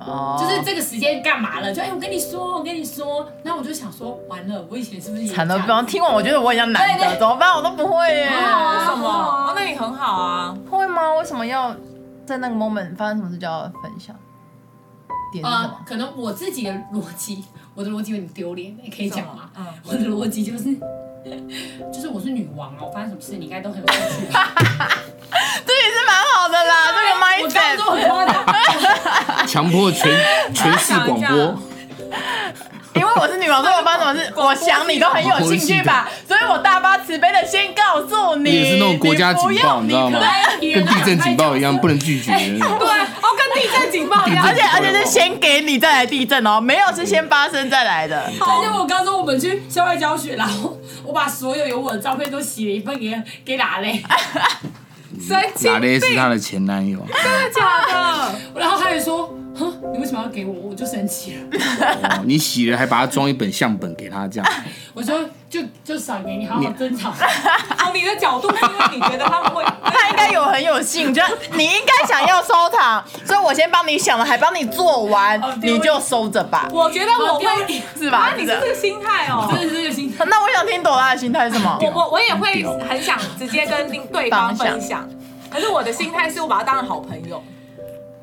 Speaker 4: 哦
Speaker 5: 就是这个时间干嘛了？就哎、我跟你说，我跟你说。然后我就想说，完了，我以前是不是也
Speaker 4: 惨了，
Speaker 5: 这
Speaker 4: 不
Speaker 5: 样
Speaker 4: 方听完我觉得我很像男
Speaker 5: 对
Speaker 4: 的，
Speaker 5: 对
Speaker 4: 怎么办？我都不会耶。
Speaker 5: 哦
Speaker 3: 为什么？哦，那你很好啊。
Speaker 4: 会吗？为什么要在那个 moment 发生什么事就要分享？点是什
Speaker 5: 呃
Speaker 4: 么，？
Speaker 5: 可能我自己的逻辑，我的逻辑有点丢脸，可以讲吗？
Speaker 3: 嗯
Speaker 5: 我的逻辑就是， [LAUGHS] 就是我是女王啊，我发生什么事你应该都很有兴趣。
Speaker 4: [LAUGHS] 这也是蛮好的啦，这个
Speaker 5: 哎我这样
Speaker 4: mindset
Speaker 5: 做很夸
Speaker 6: [LAUGHS]
Speaker 5: 张，
Speaker 6: 强迫全全市广
Speaker 4: [LAUGHS]
Speaker 6: 播，
Speaker 4: [LAUGHS] 因为我是女王，所以我发什么事，我想你都很有兴趣吧，所以我大发慈悲的先告诉你，
Speaker 6: 你也是那种国家警报，
Speaker 4: 你
Speaker 6: 你
Speaker 4: 不
Speaker 6: 知道
Speaker 4: 用
Speaker 6: 吗
Speaker 4: 可爱？
Speaker 5: 啊
Speaker 6: 跟地震警报一样，不能拒绝。
Speaker 3: 对，哦，跟地震警
Speaker 5: 啊
Speaker 3: 报一样
Speaker 6: 地
Speaker 4: 而且而且是先给你再来地震哦，没有是先发生再来的。
Speaker 5: 而且我刚说我们去校外教学，然后我把所有有我的照片都洗了一份给给哪嘞，
Speaker 3: 神经
Speaker 6: 哪嘞
Speaker 3: 病，
Speaker 6: 是她的前
Speaker 4: [LAUGHS]
Speaker 6: 男友？
Speaker 3: 真的假的？
Speaker 5: 然后他也说，哼，你为什么要给我？我就生气了。
Speaker 6: 哦你洗了还把它装一本相本给她，
Speaker 4: [LAUGHS]
Speaker 6: 这样
Speaker 5: 我说就就赏给你好好争吵，
Speaker 3: 从你的角度，是因为你觉得他们会， [LAUGHS]
Speaker 4: 他应该有很有兴趣，你应该想要收藏，所以我先帮你想了，还帮你做完
Speaker 5: 哦，对
Speaker 4: 你就收着吧，
Speaker 3: 我觉得 [LAUGHS] 我会，
Speaker 4: 是吧
Speaker 3: 啊？你
Speaker 4: 是
Speaker 3: 是这
Speaker 4: 的。
Speaker 3: 个心态哦。
Speaker 5: [LAUGHS] 真的是这个心态。
Speaker 4: 那我想听朵拉的心态是什么？
Speaker 3: 我我我也会很想直接跟另对方分享，可是我的心态是我把他当成好朋友，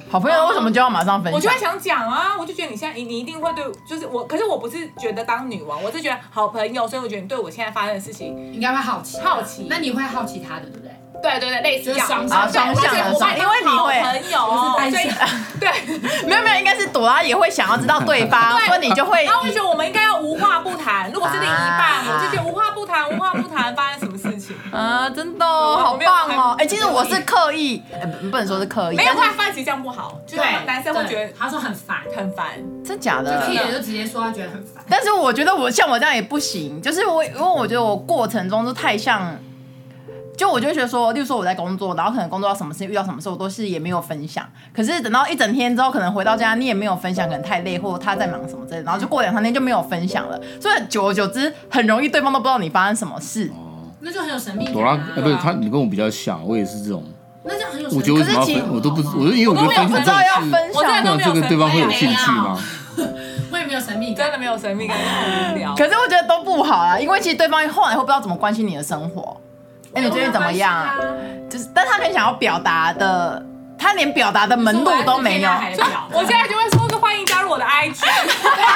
Speaker 4: 好朋友为什么就要马上分
Speaker 3: 我就
Speaker 4: 享
Speaker 3: 会？想讲啊，我就觉得你现在你你一定会对，就是我，可是我不是觉得当女王，我是觉得好朋友，所以我觉得你对我现在发生的事情，
Speaker 5: 应该会好奇，
Speaker 3: 好奇
Speaker 5: 那你会好奇他的，对不对？
Speaker 3: 对对对，类似这样，
Speaker 5: 就是双
Speaker 3: 啊
Speaker 5: 向
Speaker 3: 对我
Speaker 4: 双向
Speaker 3: 觉得我把
Speaker 4: 双
Speaker 3: 你
Speaker 4: 因为你
Speaker 3: 好
Speaker 4: 会
Speaker 3: 朋友，
Speaker 5: 不是单
Speaker 3: 哦所以
Speaker 5: 向
Speaker 3: 对。
Speaker 4: 没有没有，应该是朵拉也会想要知道对方，所以你就会
Speaker 3: 然后我就觉得我们应该要无话不谈。如果是另一半，我就觉得无话不谈，无话不谈发生什么事情，
Speaker 4: 啊，真的哦，好棒哦！哎，其实我是刻意，呃不不能说是刻意，
Speaker 3: 没有
Speaker 4: 但
Speaker 3: 话
Speaker 4: 是
Speaker 3: 发，其实这样不好，就是男生会觉
Speaker 5: 对他说很烦，
Speaker 3: 得很烦。
Speaker 4: 真假的
Speaker 5: 可以就直接说他觉得很烦。
Speaker 4: 但是我觉得我像我这样也不行，就是我因为我觉得我过程中就太像，就我就会觉得说，例如说我在工作，然后可能工作到什么事情遇到什么事，我都是也没有分享。可是等到一整天之后，可能回到家你也没有分享，可能太累或他在忙什么之类的，然后就过两三天就没有分享了。所以久而久之，很容易对方都不知道你发生什么事。
Speaker 5: 那就很有神秘感、啊。
Speaker 6: 朵拉，呃，不是她，你跟我比较像，我也是这种。
Speaker 5: 那就很有神
Speaker 6: 我
Speaker 5: 秘
Speaker 6: 觉
Speaker 5: 感。
Speaker 6: 得为什么要
Speaker 4: 可是
Speaker 6: 分？
Speaker 4: 其
Speaker 6: 我都不，我就因为我觉
Speaker 4: 都
Speaker 6: 得
Speaker 4: 没有
Speaker 6: 分
Speaker 4: 不
Speaker 6: 享
Speaker 4: 知道要
Speaker 6: 这种
Speaker 4: 分
Speaker 6: 事，
Speaker 3: 我真
Speaker 4: 享
Speaker 3: 的。
Speaker 6: 那这跟对方会有兴趣吗？
Speaker 5: 我也没有神秘
Speaker 3: 真
Speaker 5: 感。
Speaker 3: 的没有神秘感，真的很无聊。
Speaker 4: 可是我觉得都不好啊，因为其实对方后来会不知道怎么关心你的生活。哎、你最近怎么样？
Speaker 3: 啊
Speaker 5: 没有关啊
Speaker 4: 就是，但他连想要表达的，他连表达的门路都没有。
Speaker 5: 所以啊我
Speaker 3: 我现在就会说，欢迎加入我
Speaker 5: [LAUGHS]
Speaker 3: 的 IG，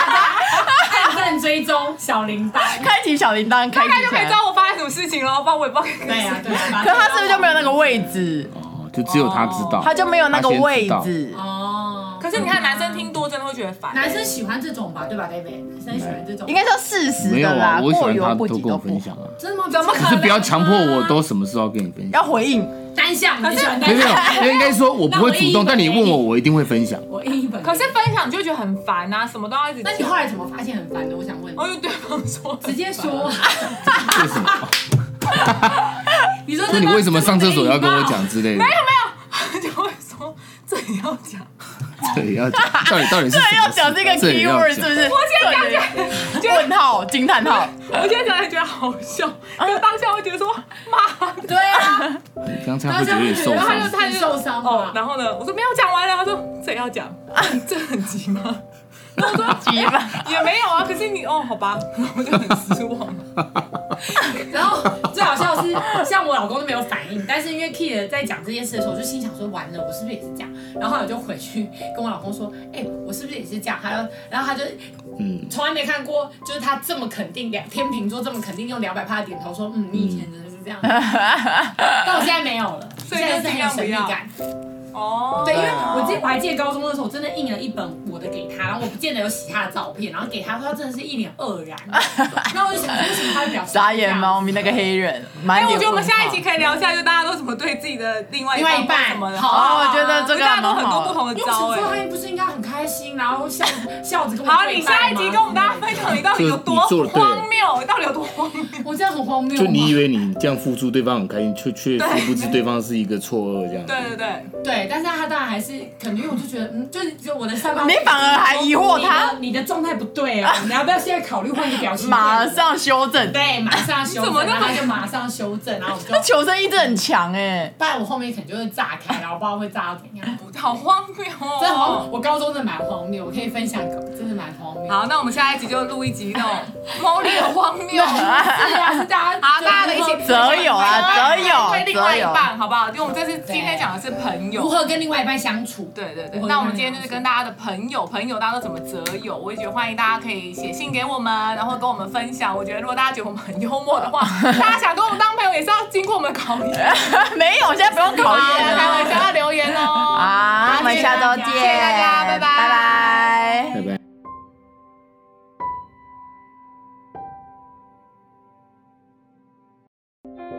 Speaker 5: 按赞追踪小铃铛。
Speaker 4: 开启小铃铛，开
Speaker 3: 大概
Speaker 4: 启
Speaker 3: 就
Speaker 4: 起
Speaker 3: 可以知
Speaker 4: 来。
Speaker 3: 道我发生什么事情了。不然我也不知道。
Speaker 5: 对 [LAUGHS] 呀、啊、对呀、啊。
Speaker 4: 可他是不是就没有那个位置？
Speaker 6: 哦，就只有她知道，
Speaker 4: 他就没有那个位
Speaker 6: 她先知
Speaker 4: 置。
Speaker 6: 道。
Speaker 5: 哦？
Speaker 3: 可是你看，男生听多真的会觉得烦。
Speaker 5: 男生喜欢这种吧，对吧，David？男生喜欢这种。
Speaker 4: 应该叫事实
Speaker 6: 没有
Speaker 4: 的啦，
Speaker 6: 啊，我喜
Speaker 4: 过
Speaker 6: 欢她
Speaker 4: 犹不
Speaker 6: 都
Speaker 4: 及
Speaker 6: 跟我
Speaker 4: 都不啊
Speaker 6: 分
Speaker 4: 好。
Speaker 6: 享啊，
Speaker 5: 真的吗？
Speaker 3: 怎么可能
Speaker 6: 可是不要强迫我都什么事都要跟你分享
Speaker 4: 要。回应，
Speaker 5: 单向，你喜欢
Speaker 6: 没
Speaker 5: 单
Speaker 6: 有没
Speaker 5: 向。
Speaker 6: 有，应该说我不会主动，但你问我，我一定会分享。
Speaker 5: 我印一本。
Speaker 3: 可是分享就觉得很烦啊，什么都要一直
Speaker 5: 那
Speaker 3: 讲。
Speaker 5: 你后来怎么发现很烦的？我想问你
Speaker 3: 然。后就对方说，
Speaker 5: 直接说，
Speaker 3: 啊
Speaker 6: 为什么？
Speaker 5: [LAUGHS] 你说
Speaker 6: 说你为什么上厕所要跟我讲？之类的？
Speaker 3: 就会说这也要讲。
Speaker 6: 对，要讲到底到底是
Speaker 4: 这
Speaker 6: 什么
Speaker 4: 要
Speaker 6: 事
Speaker 4: 讲这个
Speaker 6: 这也要
Speaker 4: keyword 是
Speaker 6: 讲
Speaker 4: 不是？我先讲问号惊叹号，
Speaker 3: 我现在想来觉得好笑，就当下会觉得说妈的。
Speaker 5: 对啊，
Speaker 6: 刚才会觉得有点受
Speaker 5: 然后
Speaker 6: 伤
Speaker 5: 他。就他就受伤
Speaker 3: 哦，
Speaker 5: 了。
Speaker 3: 然后呢，我说没有讲完了，他说这也要讲，
Speaker 5: 啊
Speaker 3: 你这很急吗？然后我说
Speaker 4: 急吧？
Speaker 3: 也没有啊，可是你哦，好吧， [LAUGHS] 然后我就很失望。
Speaker 5: 然
Speaker 3: [LAUGHS]
Speaker 5: 后最好笑的是，像我老公都没有反应，但是因为 Kid 在讲这件事的时候，我就心想说，完了，我是不是也是这样？然后我就回去跟我老公说，哎、我是不是也是这样？他就，然后他就
Speaker 6: 嗯，
Speaker 5: 从来没看过，就是他这么肯定，两天秤座这么肯定，用两百趴的点头说，嗯，你以前真的是这样，
Speaker 6: [LAUGHS]
Speaker 5: 但我现在没有了，
Speaker 3: 所以
Speaker 5: 现在
Speaker 3: 就是尽
Speaker 5: 很有
Speaker 3: 量
Speaker 5: 神
Speaker 3: 不
Speaker 5: 秘
Speaker 3: 要
Speaker 5: 感。
Speaker 3: 哦，
Speaker 5: 对，因为
Speaker 4: 啊
Speaker 5: 我记得我还记得高中的时候，我真的印了一本我的给他，然后我不见得有洗他的照片，然后给他，他真的是一脸愕
Speaker 4: [LAUGHS]
Speaker 5: 然，然后我就想说为什么他会表示
Speaker 4: 眨眼
Speaker 5: 吗？
Speaker 4: 猫咪那个黑人，满
Speaker 3: 哎，
Speaker 4: 脸
Speaker 3: 我觉得我
Speaker 4: 问
Speaker 3: 们
Speaker 4: 号
Speaker 3: 下一集可以聊一下，就大家都怎么对自己的另外
Speaker 5: 另外
Speaker 3: 一
Speaker 5: 一半
Speaker 3: 或什么的。
Speaker 5: 好啊
Speaker 4: 哦，我觉得
Speaker 3: 我
Speaker 4: 这
Speaker 3: 觉得
Speaker 4: 个
Speaker 3: 大家都
Speaker 4: 蛮
Speaker 3: 很多不
Speaker 4: 好。
Speaker 3: 同的
Speaker 5: 因为我
Speaker 3: 招
Speaker 5: 想说
Speaker 3: 哎。
Speaker 5: 他们不是应该很开心，然后笑笑着跟我
Speaker 3: 好，
Speaker 5: 对
Speaker 3: 你
Speaker 5: 拜吗
Speaker 3: 下一集跟我们大家分享你到底有多
Speaker 6: 就是你做得对
Speaker 3: 荒谬，你到底有多荒谬。
Speaker 5: 我这样很荒谬吗，
Speaker 6: 就你以为你这样付出，对方很开心，却却殊不知对方是一个错愕这样。
Speaker 3: 对对对，
Speaker 5: 对，但是他当然还是可能，因为我就觉得，嗯，就是就我的上方，
Speaker 4: 你反而还疑惑他
Speaker 5: 你的，你的状态不对哦，你要不要现在考虑换个表情？
Speaker 4: 马上修正，
Speaker 5: 对，马上修
Speaker 3: 你怎
Speaker 5: 正，
Speaker 3: 么那么
Speaker 5: 然后他就马上修正，然后我就，
Speaker 4: 求生意志很强哎。
Speaker 5: 不然我后面可能就会炸开，然后不知道会炸到怎
Speaker 3: [LAUGHS]
Speaker 5: 样。
Speaker 3: 好荒谬哦。
Speaker 5: 真的荒，我高中真的蛮荒谬，我可以分享，真的蛮荒谬。
Speaker 3: 好，那我们下一集就录一集那种猫力的 [LAUGHS] 荒谬啊！
Speaker 5: 是
Speaker 3: [LAUGHS]
Speaker 5: 啊，是大家
Speaker 3: 好，大家的一起
Speaker 4: 择友啊择友
Speaker 3: 对另外一
Speaker 4: 择友
Speaker 3: 半，好不好？就我们这次今天讲的是朋
Speaker 5: 如
Speaker 3: 友。
Speaker 5: 何跟另外一半相处。
Speaker 3: 对对对，那我们今天就是跟大家的朋友，朋友大家都怎么择友，我也觉得欢迎大家可以写信给我们，然后跟我们分享。我觉得如果大家觉得我们很幽默的话，大家想跟我们当朋友也是要经过我们的考验。
Speaker 4: [LAUGHS] 没有，现在不用考
Speaker 3: 好，
Speaker 4: 验
Speaker 3: 开玩
Speaker 4: 了。
Speaker 3: 笑，要留言哦。
Speaker 4: 好，我们下周见，
Speaker 3: 谢谢大家拜拜
Speaker 4: 拜拜。
Speaker 6: 拜拜。